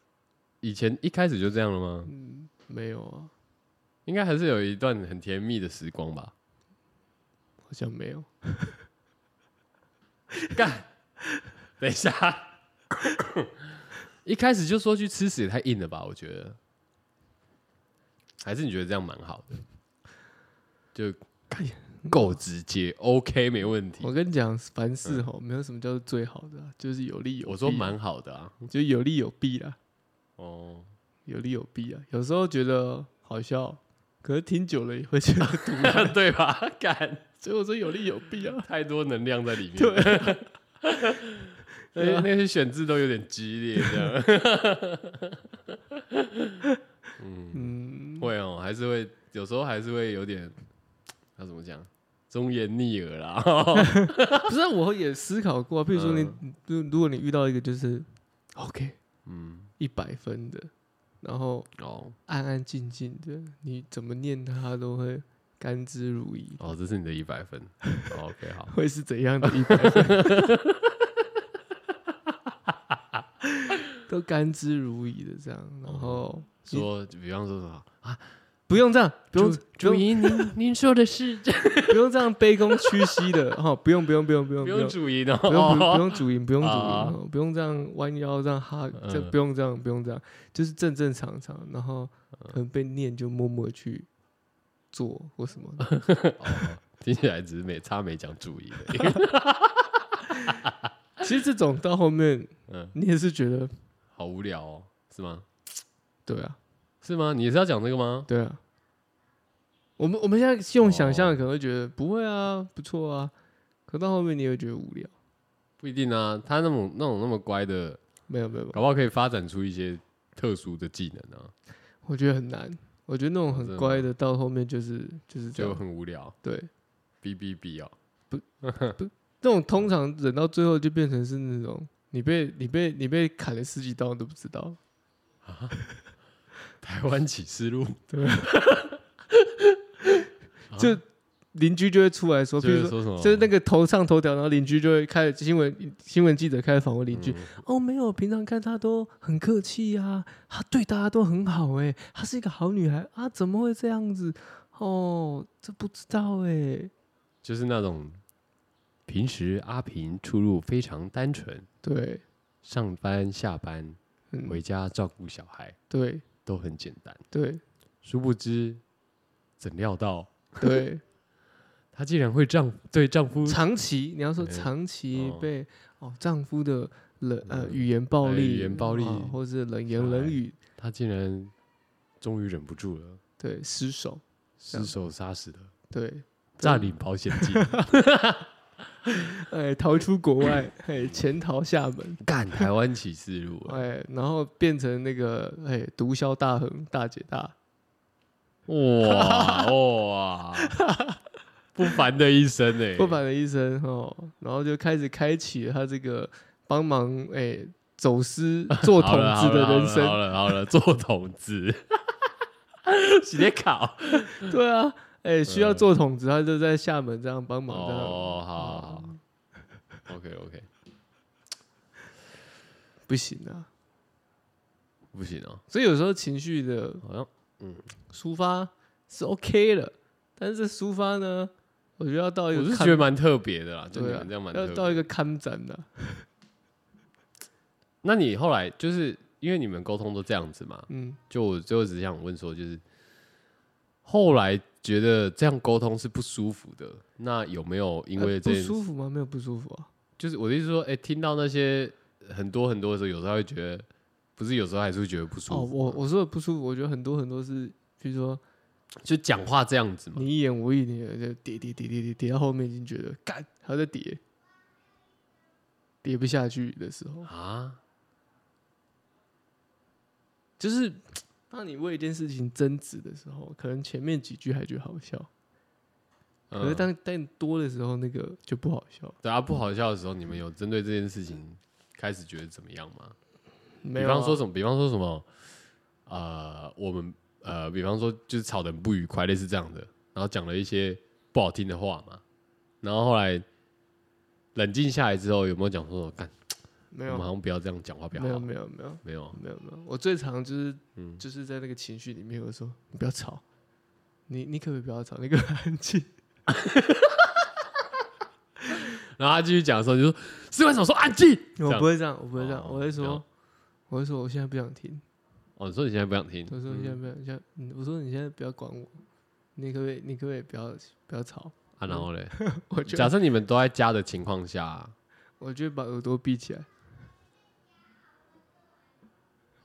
[SPEAKER 1] 以前一开始就这样了吗？
[SPEAKER 2] 没有啊，
[SPEAKER 1] 应该还是有一段很甜蜜的时光吧。
[SPEAKER 2] 好像没有。
[SPEAKER 1] 干， 等一下， 一开始就说去吃屎也太硬了吧？我觉得，还是你觉得这样蛮好的，就干够直接，OK，没问题
[SPEAKER 2] 我。跟你讲，凡事吼，没有什么叫做最好的啊、就是有利有弊。
[SPEAKER 1] 我说，蛮好的啊，
[SPEAKER 2] 就是有利有弊啦，
[SPEAKER 1] 哦，
[SPEAKER 2] 有利有弊啊。有时候觉得好笑，可是听久了也会觉 得毒
[SPEAKER 1] 哦 对吧？干，
[SPEAKER 2] 所以我说有利有弊啊。
[SPEAKER 1] 太多能量在里面，
[SPEAKER 2] 对，
[SPEAKER 1] 那些那些选字都有点激烈，这样
[SPEAKER 2] 嗯，
[SPEAKER 1] 嗯
[SPEAKER 2] 嗯
[SPEAKER 1] 会哦，还是会有时候还是会有点，要怎么讲？忠言逆耳 啦。
[SPEAKER 2] 不是啊，我也思考过啊，比如说你，如、如果你遇到一个就是 OK
[SPEAKER 1] 嗯，
[SPEAKER 2] 一百分的，然后
[SPEAKER 1] 哦
[SPEAKER 2] 安安静静的，你怎么念它都会甘之如饴，
[SPEAKER 1] 哦，这是你的一百分。哦 OK，好，
[SPEAKER 2] 会是怎样的一百分？ 都甘之如饴的这样，然后
[SPEAKER 1] 说比方说什么？
[SPEAKER 2] 不用这样，不用
[SPEAKER 1] 主
[SPEAKER 2] 不用
[SPEAKER 1] 主赢，您您说的 是这
[SPEAKER 2] 不用这样卑躬屈膝的哈、哦，不用不用不用不用
[SPEAKER 1] 不用主赢哦，
[SPEAKER 2] 不用不用不用主营，不用主营，
[SPEAKER 1] 啊
[SPEAKER 2] 哦不用这样弯腰这样哈，这
[SPEAKER 1] 嗯
[SPEAKER 2] 不用这样不用这样，就是正正常常，然后可能被念就默默去做或什 么的
[SPEAKER 1] 哦 听起来只是没差没讲主赢而已。
[SPEAKER 2] 其实这种到后面
[SPEAKER 1] 嗯，
[SPEAKER 2] 你也是觉得，
[SPEAKER 1] 好无聊哦，是吗？
[SPEAKER 2] 对啊
[SPEAKER 1] 是吗？你是要讲这个吗？
[SPEAKER 2] 对啊，我们我们现在用想象可能会觉得不会啊，不错啊，可到后面你会觉得无聊，
[SPEAKER 1] 不一定啊，他那种那种那么乖的，
[SPEAKER 2] 没有没有，没有
[SPEAKER 1] 搞不好可以发展出一些特殊的技能啊，
[SPEAKER 2] 我觉得很难，我觉得那种
[SPEAKER 1] 真的
[SPEAKER 2] 很
[SPEAKER 1] 吗
[SPEAKER 2] 乖的到后面就是就是这
[SPEAKER 1] 就
[SPEAKER 2] 样，
[SPEAKER 1] 很无聊。
[SPEAKER 2] 对。
[SPEAKER 1] B B B 哦，
[SPEAKER 2] 这种通常忍到最后就变成是那种你被你被你被砍了十几刀你都不知道，
[SPEAKER 1] 台湾启示录，啊
[SPEAKER 2] 就邻居就会出来说，比
[SPEAKER 1] 就是
[SPEAKER 2] 如说。哦
[SPEAKER 1] 说什么？
[SPEAKER 2] 就是那个头上头条，然后邻居就会开始新闻新闻记者开始访问邻居。哦，没有，平常看她都很客气啊，她对大家都很好哎、她是一个好女孩啊，怎么会这样子？哦，这不知道哎、
[SPEAKER 1] 就是那种平时阿平出入非常单纯，
[SPEAKER 2] 对，
[SPEAKER 1] 上班下班
[SPEAKER 2] 嗯，
[SPEAKER 1] 回家照顾小孩
[SPEAKER 2] 对
[SPEAKER 1] 都很简单，
[SPEAKER 2] 对
[SPEAKER 1] 殊不知怎料到
[SPEAKER 2] 对，
[SPEAKER 1] 她竟然会丈对丈夫
[SPEAKER 2] 长期，你要说
[SPEAKER 1] 对
[SPEAKER 2] 长期
[SPEAKER 1] 哎哦
[SPEAKER 2] 被哦丈夫的冷呃
[SPEAKER 1] 嗯
[SPEAKER 2] 语言暴
[SPEAKER 1] 哎
[SPEAKER 2] 力、
[SPEAKER 1] 语言暴力哎
[SPEAKER 2] 啊或者是冷
[SPEAKER 1] 小
[SPEAKER 2] 言冷
[SPEAKER 1] 孩
[SPEAKER 2] 语，
[SPEAKER 1] 她竟然终于忍不住了，
[SPEAKER 2] 对失手，
[SPEAKER 1] 失手杀死了，
[SPEAKER 2] 对，啊
[SPEAKER 1] 占领保险 金，
[SPEAKER 2] 哎逃出国 外，哎潜逃厦门，
[SPEAKER 1] 干台湾启示录啊！
[SPEAKER 2] 哎然后变成那个哎毒枭大亨大姐大，
[SPEAKER 1] 哇哇，不凡的一生哎、
[SPEAKER 2] 不凡的一生哦，然后就开始开启了他这个帮忙哎走私做统
[SPEAKER 1] 好了
[SPEAKER 2] 治的
[SPEAKER 1] 好
[SPEAKER 2] 人生，
[SPEAKER 1] 了好了好了，做统治，洗点考
[SPEAKER 2] 对啊，哎需要做统治，他就在厦门这样帮忙这样，
[SPEAKER 1] 嗯哦，好好好，OK OK，
[SPEAKER 2] 不行啊。
[SPEAKER 1] 不行哦，
[SPEAKER 2] 所以有时候情绪的
[SPEAKER 1] 好像
[SPEAKER 2] 抒发是 OK 的，但是抒发呢，我觉得要到一
[SPEAKER 1] 我
[SPEAKER 2] 个
[SPEAKER 1] 是
[SPEAKER 2] 看
[SPEAKER 1] 觉得蛮特别的啦，就你
[SPEAKER 2] 对啊
[SPEAKER 1] 们这样蛮特
[SPEAKER 2] 要
[SPEAKER 1] 别
[SPEAKER 2] 到
[SPEAKER 1] 的。
[SPEAKER 2] 一个看展啊的，
[SPEAKER 1] 那你后来就是因为你们沟通都这样子嘛，
[SPEAKER 2] 嗯，
[SPEAKER 1] 就我最后只是想问说，就是后来觉得这样沟通是不舒服的，那有没有因为
[SPEAKER 2] 呃
[SPEAKER 1] 这
[SPEAKER 2] 不
[SPEAKER 1] 件
[SPEAKER 2] 舒服吗？没有不舒服啊，
[SPEAKER 1] 就是我的意思是说，哎、听到那些很多很多的时候，有时候会觉得，不是有时候还是会觉得不舒服，
[SPEAKER 2] 哦，
[SPEAKER 1] 啊
[SPEAKER 2] 我我说的不舒服，我觉得很多很多是，比如说
[SPEAKER 1] 就讲话这样子嘛。
[SPEAKER 2] 你一言我一言，就叠叠叠叠叠叠到后面已经觉得干还在叠，叠不下去的时候，
[SPEAKER 1] 啊，
[SPEAKER 2] 就是当你为一件事情争执的时候，可能前面几句还觉得好笑，
[SPEAKER 1] 嗯
[SPEAKER 2] 可是当但多的时候，那个就不好笑。
[SPEAKER 1] 对啊不好笑的时候，你们有针对这件事情开始觉得怎么样吗？
[SPEAKER 2] 没
[SPEAKER 1] 比
[SPEAKER 2] 有
[SPEAKER 1] 方说
[SPEAKER 2] 啊
[SPEAKER 1] 什么？比方说什么？呃，我们呃，比方说就是吵得很不愉快，类似这样的，然后讲了一些不好听的话嘛，然后后来冷静下来之后，有没有讲说，干，
[SPEAKER 2] 没
[SPEAKER 1] 我
[SPEAKER 2] 有
[SPEAKER 1] 们好像不要这样讲话比较
[SPEAKER 2] 没有
[SPEAKER 1] 好？
[SPEAKER 2] 没有没有
[SPEAKER 1] 没有，啊
[SPEAKER 2] 没有没有，我最常就是、
[SPEAKER 1] 嗯
[SPEAKER 2] 就是在那个情绪里面，我说你不要吵，你你可不可以不要吵？你可不可以安静？
[SPEAKER 1] 然后他继续讲的时候，你就说司官长说安静。这
[SPEAKER 2] 我
[SPEAKER 1] 样
[SPEAKER 2] 不会这样，我不会这样，
[SPEAKER 1] 哦
[SPEAKER 2] 我会
[SPEAKER 1] 这
[SPEAKER 2] 说
[SPEAKER 1] 样，
[SPEAKER 2] 我会说我现在不想听，
[SPEAKER 1] 哦，你说你现在不想听，
[SPEAKER 2] 我说
[SPEAKER 1] 嗯
[SPEAKER 2] 现在不想，现在嗯我说你现在不要管我，你可不可以你可不可以不要不要吵？
[SPEAKER 1] 啊，然 后嘞，
[SPEAKER 2] 我就
[SPEAKER 1] 假设你们都在家的情况下，
[SPEAKER 2] 我就把耳朵闭起来，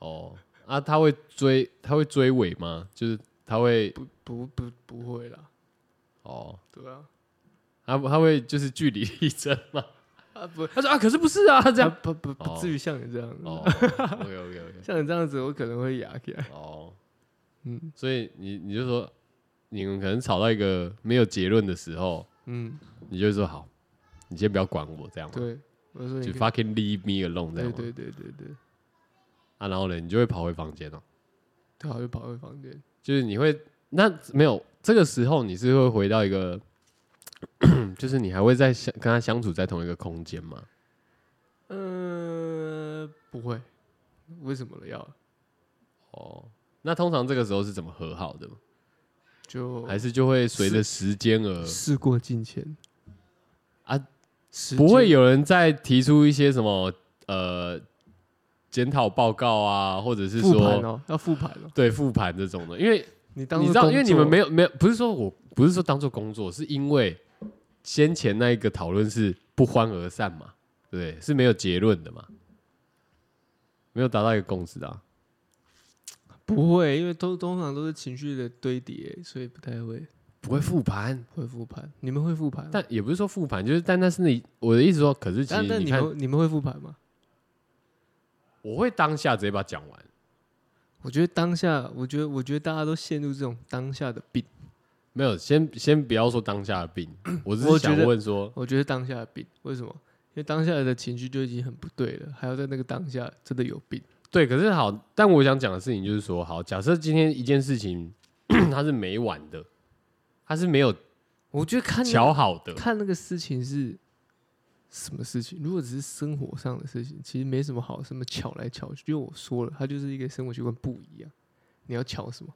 [SPEAKER 1] 哦，啊，他会追，他会追尾吗？就是他会，
[SPEAKER 2] 不不不不会啦，
[SPEAKER 1] 哦，
[SPEAKER 2] 对啊，
[SPEAKER 1] 他他会就是据理力争吗？
[SPEAKER 2] 啊不
[SPEAKER 1] 他说啊，可是不是啊， 这
[SPEAKER 2] 这
[SPEAKER 1] 样，
[SPEAKER 2] 样不不不至于像你这样，
[SPEAKER 1] 哦，OK OK OK，
[SPEAKER 2] 像你这样子我可能会哑起来，
[SPEAKER 1] 哦，
[SPEAKER 2] 嗯，
[SPEAKER 1] 所以你你就说，你们可能吵到一个没有结论的时候，
[SPEAKER 2] 嗯，
[SPEAKER 1] 你就会说好，你先不要管我这样吗？
[SPEAKER 2] 对，我就说
[SPEAKER 1] 就
[SPEAKER 2] 你可以
[SPEAKER 1] fucking leave me alone 这样
[SPEAKER 2] 对
[SPEAKER 1] 吗？
[SPEAKER 2] 对对对对，
[SPEAKER 1] 啊，然后呢，你就会跑回房间哦、
[SPEAKER 2] 对啊，就跑回房间，
[SPEAKER 1] 就是你会那没有这个时候你是会回到一个，就是你还会在相跟他相处在同一个空间吗？
[SPEAKER 2] 呃，不会，为什么了要？
[SPEAKER 1] 哦，那通常这个时候是怎么和好的？
[SPEAKER 2] 就
[SPEAKER 1] 还是就会随着时间而
[SPEAKER 2] 事过境迁
[SPEAKER 1] 啊，
[SPEAKER 2] 时
[SPEAKER 1] 不会
[SPEAKER 2] 间
[SPEAKER 1] 有人再提出一些什么呃检讨报告啊，或者是
[SPEAKER 2] 复盘
[SPEAKER 1] 说
[SPEAKER 2] 哦，要复盘哦，
[SPEAKER 1] 对复盘这种的，因为
[SPEAKER 2] 你当
[SPEAKER 1] 你
[SPEAKER 2] 作
[SPEAKER 1] 知道，
[SPEAKER 2] 工
[SPEAKER 1] 因为你们
[SPEAKER 2] 作
[SPEAKER 1] 没有没有，不是说我不是说当做工作，是因为先前那一个讨论是不欢而散嘛，对不对，是没有结论的嘛，没有达到一个共识的、啊。
[SPEAKER 2] 不会，因为通通常都是情绪的堆叠，所以不太会
[SPEAKER 1] 不会复盘，
[SPEAKER 2] 会复盘。你们会复盘吗？
[SPEAKER 1] 但也不是说复盘，就是但那是你我的意思说，可是其
[SPEAKER 2] 但
[SPEAKER 1] 实
[SPEAKER 2] 但
[SPEAKER 1] 你
[SPEAKER 2] 你
[SPEAKER 1] 看，
[SPEAKER 2] 们你们会复盘吗？
[SPEAKER 1] 我会当下直接把它讲完，
[SPEAKER 2] 我觉得当下，我觉得我觉得大家都陷入这种当下的病，
[SPEAKER 1] 没有，先先不要说当下的 病，我只是
[SPEAKER 2] 我觉
[SPEAKER 1] 想
[SPEAKER 2] 得
[SPEAKER 1] 问说，
[SPEAKER 2] 我觉得当下的病为什么？因为当下的情绪就已经很不对了，还要在那个当下真的有病。
[SPEAKER 1] 对，可是好，但我想讲的事情就是说，好，假设今天一件事情 它是没完的，它是没有
[SPEAKER 2] 我觉得看那个
[SPEAKER 1] 瞧好的，
[SPEAKER 2] 看那个事情是什么事情，如果只是生活上的事情，其实没什么好什么巧来巧去。因为我说了，它就是一个生活习惯不一样，你要巧什么？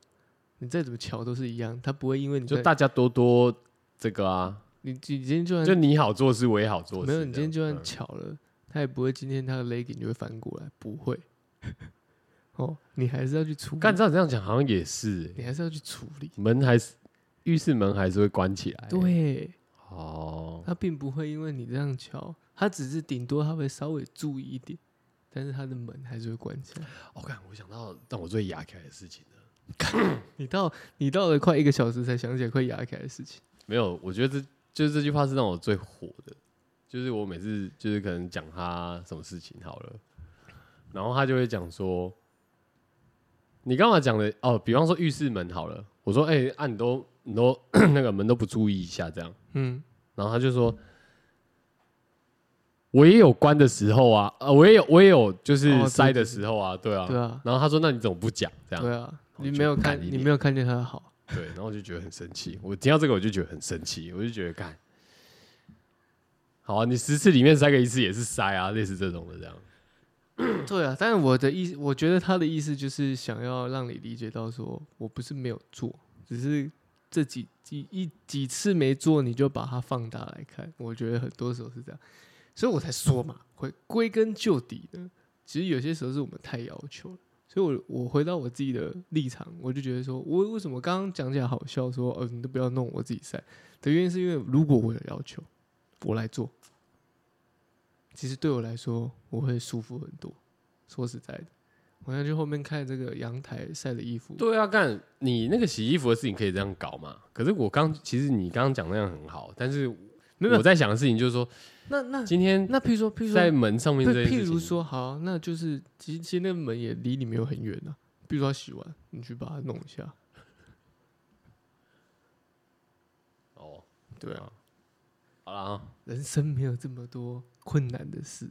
[SPEAKER 2] 你再怎么巧都是一样，它不会因为你
[SPEAKER 1] 就
[SPEAKER 2] 在
[SPEAKER 1] 大家多多这个啊，
[SPEAKER 2] 你你今天就算
[SPEAKER 1] 就你好做事，我也好做事。
[SPEAKER 2] 没有，你今天就
[SPEAKER 1] 这样嗯
[SPEAKER 2] 算巧了，他也不会今天他的 legging 就会翻过来，不会。 哦，你还是要去处
[SPEAKER 1] 嗯干，
[SPEAKER 2] 理，
[SPEAKER 1] 照你这样讲好像也是欸、
[SPEAKER 2] 你还是要去处理。
[SPEAKER 1] 门还是浴室门还是会关起来、
[SPEAKER 2] 哎对，
[SPEAKER 1] 哦，
[SPEAKER 2] 他并不会因为你这样巧，他只是顶多他会稍微注意一点，但是他的门还是会关起来。
[SPEAKER 1] 我看哦我想到让我最牙开的事情了，
[SPEAKER 2] 你到你到了快一个小时才想起来快牙起来的事情，
[SPEAKER 1] 没有，我觉得这就是这句话是让我最火的，就是我每次就是可能讲他什么事情好了，然后他就会讲说，你刚刚讲的哦，比方说浴室门好了，我说哎、啊你都你都 那个门都不注意一下这样。
[SPEAKER 2] 嗯，
[SPEAKER 1] 然后他就说，我也有关的时候啊，呃，我也有我也有就
[SPEAKER 2] 哦
[SPEAKER 1] 是
[SPEAKER 2] 对
[SPEAKER 1] 塞
[SPEAKER 2] 对
[SPEAKER 1] 的时候啊，对啊，
[SPEAKER 2] 对啊，
[SPEAKER 1] 然后他说，那你怎么不讲？这样
[SPEAKER 2] 对啊，
[SPEAKER 1] 我
[SPEAKER 2] 你
[SPEAKER 1] 就
[SPEAKER 2] 没有
[SPEAKER 1] 干
[SPEAKER 2] 看，
[SPEAKER 1] 你
[SPEAKER 2] 你
[SPEAKER 1] 脸
[SPEAKER 2] 没有看见他的好，
[SPEAKER 1] 对，然后我就觉得很生气。我听到这个我就觉得很生气，我就觉得干，好啊，你十次里面塞个一次也是塞啊，类似这种的这样。
[SPEAKER 2] 对啊。但是我的意，我觉得他的意思就是想要让你理解到说，我不是没有做，只是这几几一几次没做，你就把它放大来看。我觉得很多时候是这样，所以我才说嘛，回归根究底呢，其实有些时候是我们太要求了。所以我，我回到我自己的立场，我就觉得说，我为什么刚刚讲起来好笑说，呃，你都不要弄我自己晒的原因，是因为如果我有要求，我来做，其实对我来说我会舒服很多。说实在的，我要去后面看这个阳台晒的衣服，
[SPEAKER 1] 对啊，干你那个洗衣服的事情可以这样搞嘛？可是我刚其实你刚刚讲那样很好，但是
[SPEAKER 2] 没有
[SPEAKER 1] 我在想的事情就是说，
[SPEAKER 2] 那那
[SPEAKER 1] 今天
[SPEAKER 2] 那譬如说，譬如
[SPEAKER 1] 在
[SPEAKER 2] 说，
[SPEAKER 1] 门上面这
[SPEAKER 2] 对，
[SPEAKER 1] 件
[SPEAKER 2] 譬
[SPEAKER 1] 事
[SPEAKER 2] 如
[SPEAKER 1] 情，
[SPEAKER 2] 说，好，那就是其实其实那个门也离你没有很远啊。譬如说他洗完，你去把它弄一下，
[SPEAKER 1] 哦，
[SPEAKER 2] 对啊，
[SPEAKER 1] 好了啊。
[SPEAKER 2] 人生没有这么多困难的事，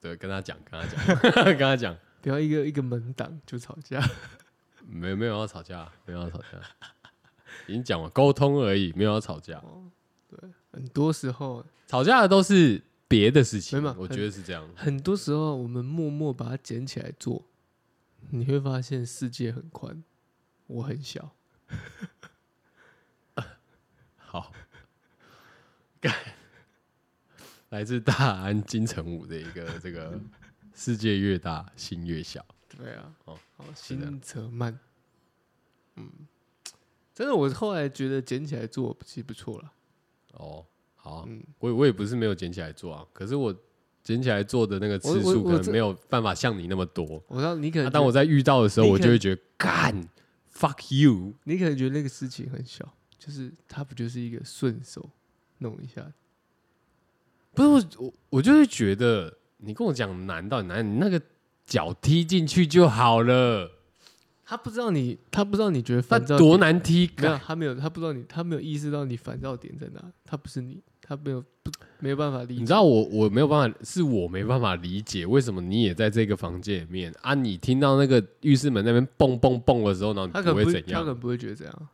[SPEAKER 1] 对，跟他讲，跟他讲， 跟他讲，
[SPEAKER 2] 不要一个一个门挡就吵架。
[SPEAKER 1] 没有没有要吵架，没有要吵架，已经讲了沟通而已，没有要吵架，
[SPEAKER 2] 哦很多时候，
[SPEAKER 1] 吵架的都是别的事情
[SPEAKER 2] 没嘛，
[SPEAKER 1] 我觉得是这样。
[SPEAKER 2] 很多时候我们默默把它捡起来做，你会发现世界很宽，我很小。
[SPEAKER 1] 好，干，来自大安金城武的一个这个世界越大心越小，
[SPEAKER 2] 对啊，
[SPEAKER 1] 哦
[SPEAKER 2] 哦，好，
[SPEAKER 1] 是这样
[SPEAKER 2] 新泽曼，嗯，真的，我后来觉得捡起来做其实不错了。
[SPEAKER 1] 哦，好啊，
[SPEAKER 2] 嗯
[SPEAKER 1] 我我也不是没有捡起来做啊，可是我捡起来做的那个次
[SPEAKER 2] 我我
[SPEAKER 1] 数
[SPEAKER 2] 我
[SPEAKER 1] 可能
[SPEAKER 2] 这
[SPEAKER 1] 没有办法像你那么多，
[SPEAKER 2] 我知道你可
[SPEAKER 1] 那
[SPEAKER 2] 能觉得、
[SPEAKER 1] 当啊我在遇到的时候，
[SPEAKER 2] 你
[SPEAKER 1] 我
[SPEAKER 2] 可
[SPEAKER 1] 就会觉得干 fuck you。
[SPEAKER 2] 你可能觉得那个事情很小，就是它不就是一个顺手弄一下，
[SPEAKER 1] 不是我，我我就是觉得你跟我讲难到底难，你那个脚踢进去就好了。
[SPEAKER 2] 他不知道你，他不知道你觉得
[SPEAKER 1] 那
[SPEAKER 2] 烦躁
[SPEAKER 1] 多
[SPEAKER 2] 点
[SPEAKER 1] 难踢
[SPEAKER 2] 没有，
[SPEAKER 1] 感，
[SPEAKER 2] 他没有，他不知道你，他没有意识到你烦躁点在哪，他不是你，他没有不没有办法理解。
[SPEAKER 1] 你知道我我没有办法，是我没办法理解为什么你也在这个房间里面啊？你听到那个浴室门那边蹦蹦蹦的时候，然后
[SPEAKER 2] 他
[SPEAKER 1] 你
[SPEAKER 2] 可
[SPEAKER 1] 不
[SPEAKER 2] 能
[SPEAKER 1] 会
[SPEAKER 2] 不
[SPEAKER 1] 怎
[SPEAKER 2] 他可
[SPEAKER 1] 样？
[SPEAKER 2] 能不会觉得这样。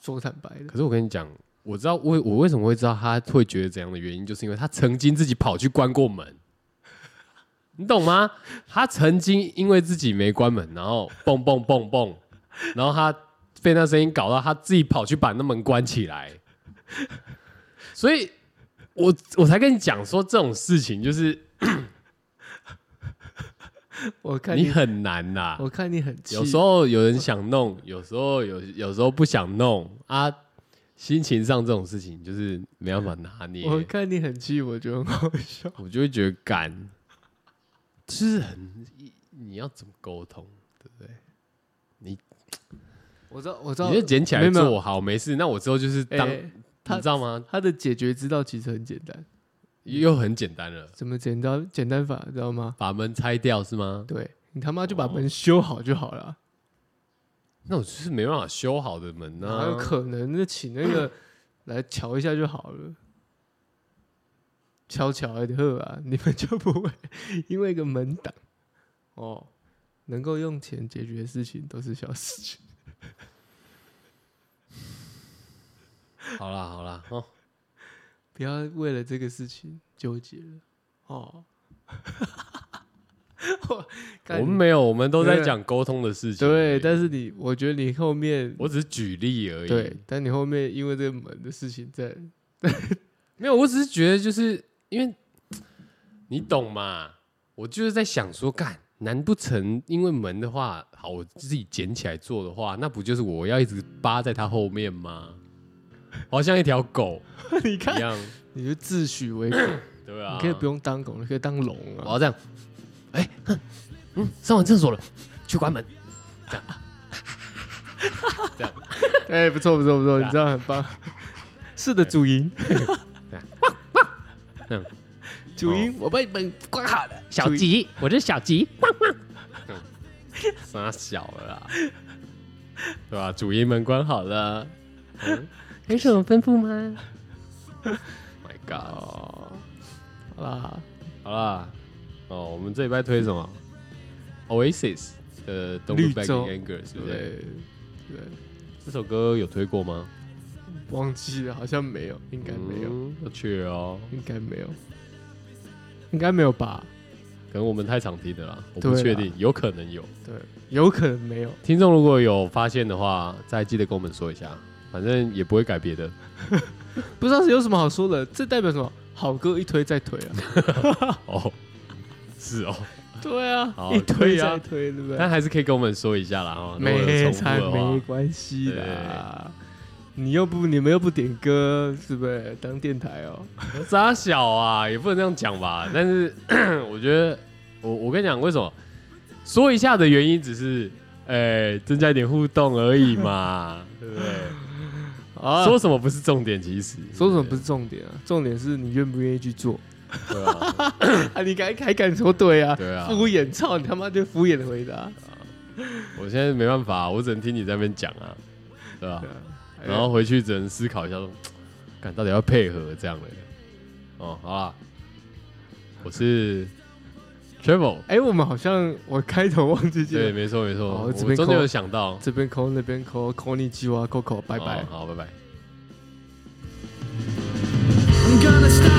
[SPEAKER 2] 说坦白的，
[SPEAKER 1] 可是我跟你讲，我知道我我为什么会知道他会觉得怎样的原因，就是因为他曾经自己跑去关过门，你懂吗？他曾经因为自己没关门，然后蹦蹦蹦蹦，然后他被那声音搞到他自己跑去把那门关起来，所以我我才跟你讲说这种事情就是。
[SPEAKER 2] 我看
[SPEAKER 1] 你
[SPEAKER 2] 你，
[SPEAKER 1] 很难呐、
[SPEAKER 2] 我看你很气，
[SPEAKER 1] 有时候有人想弄，有时候有有时候不想弄啊。心情上这种事情就是没办法拿捏，
[SPEAKER 2] 我
[SPEAKER 1] 我
[SPEAKER 2] 看你很气，我觉得很好笑。
[SPEAKER 1] 就会觉得干，就是很你要怎么沟通，对不对？
[SPEAKER 2] 我知道，我知道
[SPEAKER 1] 你，就捡起
[SPEAKER 2] 没
[SPEAKER 1] 来
[SPEAKER 2] 有没有
[SPEAKER 1] 做好没事，那我之后就是当、
[SPEAKER 2] 哎
[SPEAKER 1] 你
[SPEAKER 2] 他
[SPEAKER 1] 知道吗？
[SPEAKER 2] 他的解决之道其实很简单，
[SPEAKER 1] 又很简单了，
[SPEAKER 2] 怎么简单简单法，知道吗？
[SPEAKER 1] 把门拆掉是吗？
[SPEAKER 2] 对你他妈就
[SPEAKER 1] 哦
[SPEAKER 2] 把门修好就好了，
[SPEAKER 1] 那我就是没办法修好的门
[SPEAKER 2] 哪
[SPEAKER 1] 啊，
[SPEAKER 2] 有可能？那请那 个来瞧一下就好了，敲敲的呵啊，你们就不会因为一个门挡哦，能够用钱解决的事情都是小事情。
[SPEAKER 1] 好啦好啦，哦，
[SPEAKER 2] 不要为了这个事情纠结了哦。 我
[SPEAKER 1] 我
[SPEAKER 2] 干
[SPEAKER 1] 们
[SPEAKER 2] 你
[SPEAKER 1] 没有，我们都在
[SPEAKER 2] 对
[SPEAKER 1] 讲沟通的事情而已，
[SPEAKER 2] 对，但是你，我觉得你后面
[SPEAKER 1] 我只是举例而已，
[SPEAKER 2] 对，但你后面因为这个门的事情在，
[SPEAKER 1] 没有，我只是觉得就是因为你懂嘛，我就是在想说，干，难不成因为门的话，好，我自己捡起来做的话，那不就是我要一直扒在它后面吗？好像一条狗
[SPEAKER 2] 你
[SPEAKER 1] 一
[SPEAKER 2] 看，
[SPEAKER 1] 样，
[SPEAKER 2] 你就自 诩为狗，
[SPEAKER 1] 对啊，
[SPEAKER 2] 你可以不用当狗，你可以当龙
[SPEAKER 1] 我
[SPEAKER 2] 啊。
[SPEAKER 1] 要这样，哎、哼嗯，上完厕所了，去关门，
[SPEAKER 2] 哎，不错不错不错，
[SPEAKER 1] 是啊
[SPEAKER 2] 你这样很棒。是的，主音
[SPEAKER 1] 对啊，嗯
[SPEAKER 2] 汪主音，我被门关好了，主音。
[SPEAKER 1] 吉，我是小吉，汪汪，嗯 傻小了啦，对吧、主音门关好了，嗯
[SPEAKER 3] 有什么吩咐吗？
[SPEAKER 1] ，My God。
[SPEAKER 2] 哦，好啦，
[SPEAKER 1] 好啦，哦，我们这礼拜推什么？Oasis 的《Don't
[SPEAKER 2] 绿
[SPEAKER 1] Look Back
[SPEAKER 2] 洲
[SPEAKER 1] in Anger》是
[SPEAKER 2] 对
[SPEAKER 1] 不是？
[SPEAKER 2] 对，
[SPEAKER 1] 这首歌有推过吗？
[SPEAKER 2] 忘记了，好像没有，应该没有。
[SPEAKER 1] 嗯，要去哦，
[SPEAKER 2] 应该没有，应该没有吧？
[SPEAKER 1] 可能我们太常听的啦，我
[SPEAKER 2] 对啊
[SPEAKER 1] 不
[SPEAKER 2] 啦
[SPEAKER 1] 确定，有可能有。
[SPEAKER 2] 对，有可能没有。
[SPEAKER 1] 听众如果有发现的话，再记得跟我们说一下，反正也不会改别的。
[SPEAKER 2] 不知道是有什么好说的，这代表什么？好歌一推再推啊！
[SPEAKER 1] 哦，是哦，
[SPEAKER 2] 对啊
[SPEAKER 1] 好
[SPEAKER 2] 一
[SPEAKER 1] 可
[SPEAKER 2] 推
[SPEAKER 1] 以啊
[SPEAKER 2] 再推，对不
[SPEAKER 1] 但
[SPEAKER 2] 对？
[SPEAKER 1] 还是可以跟我们说一下啦哦哈。如果有
[SPEAKER 2] 没
[SPEAKER 1] 重复
[SPEAKER 2] 才
[SPEAKER 1] 的
[SPEAKER 2] 没
[SPEAKER 1] 话，
[SPEAKER 2] 关系啦。你又不，你们又不点歌，是不是当电 台哦？
[SPEAKER 1] 傻小啊，也不能这样讲 吧。但是 我觉得，我我跟你讲，为什么说一下的原因，只是哎、增加一点互动而已嘛， 对不对？
[SPEAKER 2] 啊，
[SPEAKER 1] 说什么不是重点，其实
[SPEAKER 2] 说什么不是重点啊？重点是你愿不愿意去做
[SPEAKER 1] 对啊？
[SPEAKER 2] 啊？你敢还敢说对啊？
[SPEAKER 1] 对啊
[SPEAKER 2] 敷衍，操你他妈就敷衍的回答。
[SPEAKER 1] 我现在没办法，我只能听你在那边讲啊，对吧、
[SPEAKER 2] 对啊
[SPEAKER 1] 然后回去只能思考一下说，看到底要配合这样的。哦，好啦，我 是 Travel，
[SPEAKER 2] 哎，我们好像我开头忘记介绍
[SPEAKER 1] 对，没错没错，
[SPEAKER 2] 哦
[SPEAKER 1] 我
[SPEAKER 2] 这边
[SPEAKER 1] 中间
[SPEAKER 2] 扣
[SPEAKER 1] 有想到，
[SPEAKER 2] 这边抠那边抠，抠你
[SPEAKER 1] 哦
[SPEAKER 2] 鸡哇，抠抠，拜拜。
[SPEAKER 1] 哦好，拜拜。
[SPEAKER 4] I'm gonna stop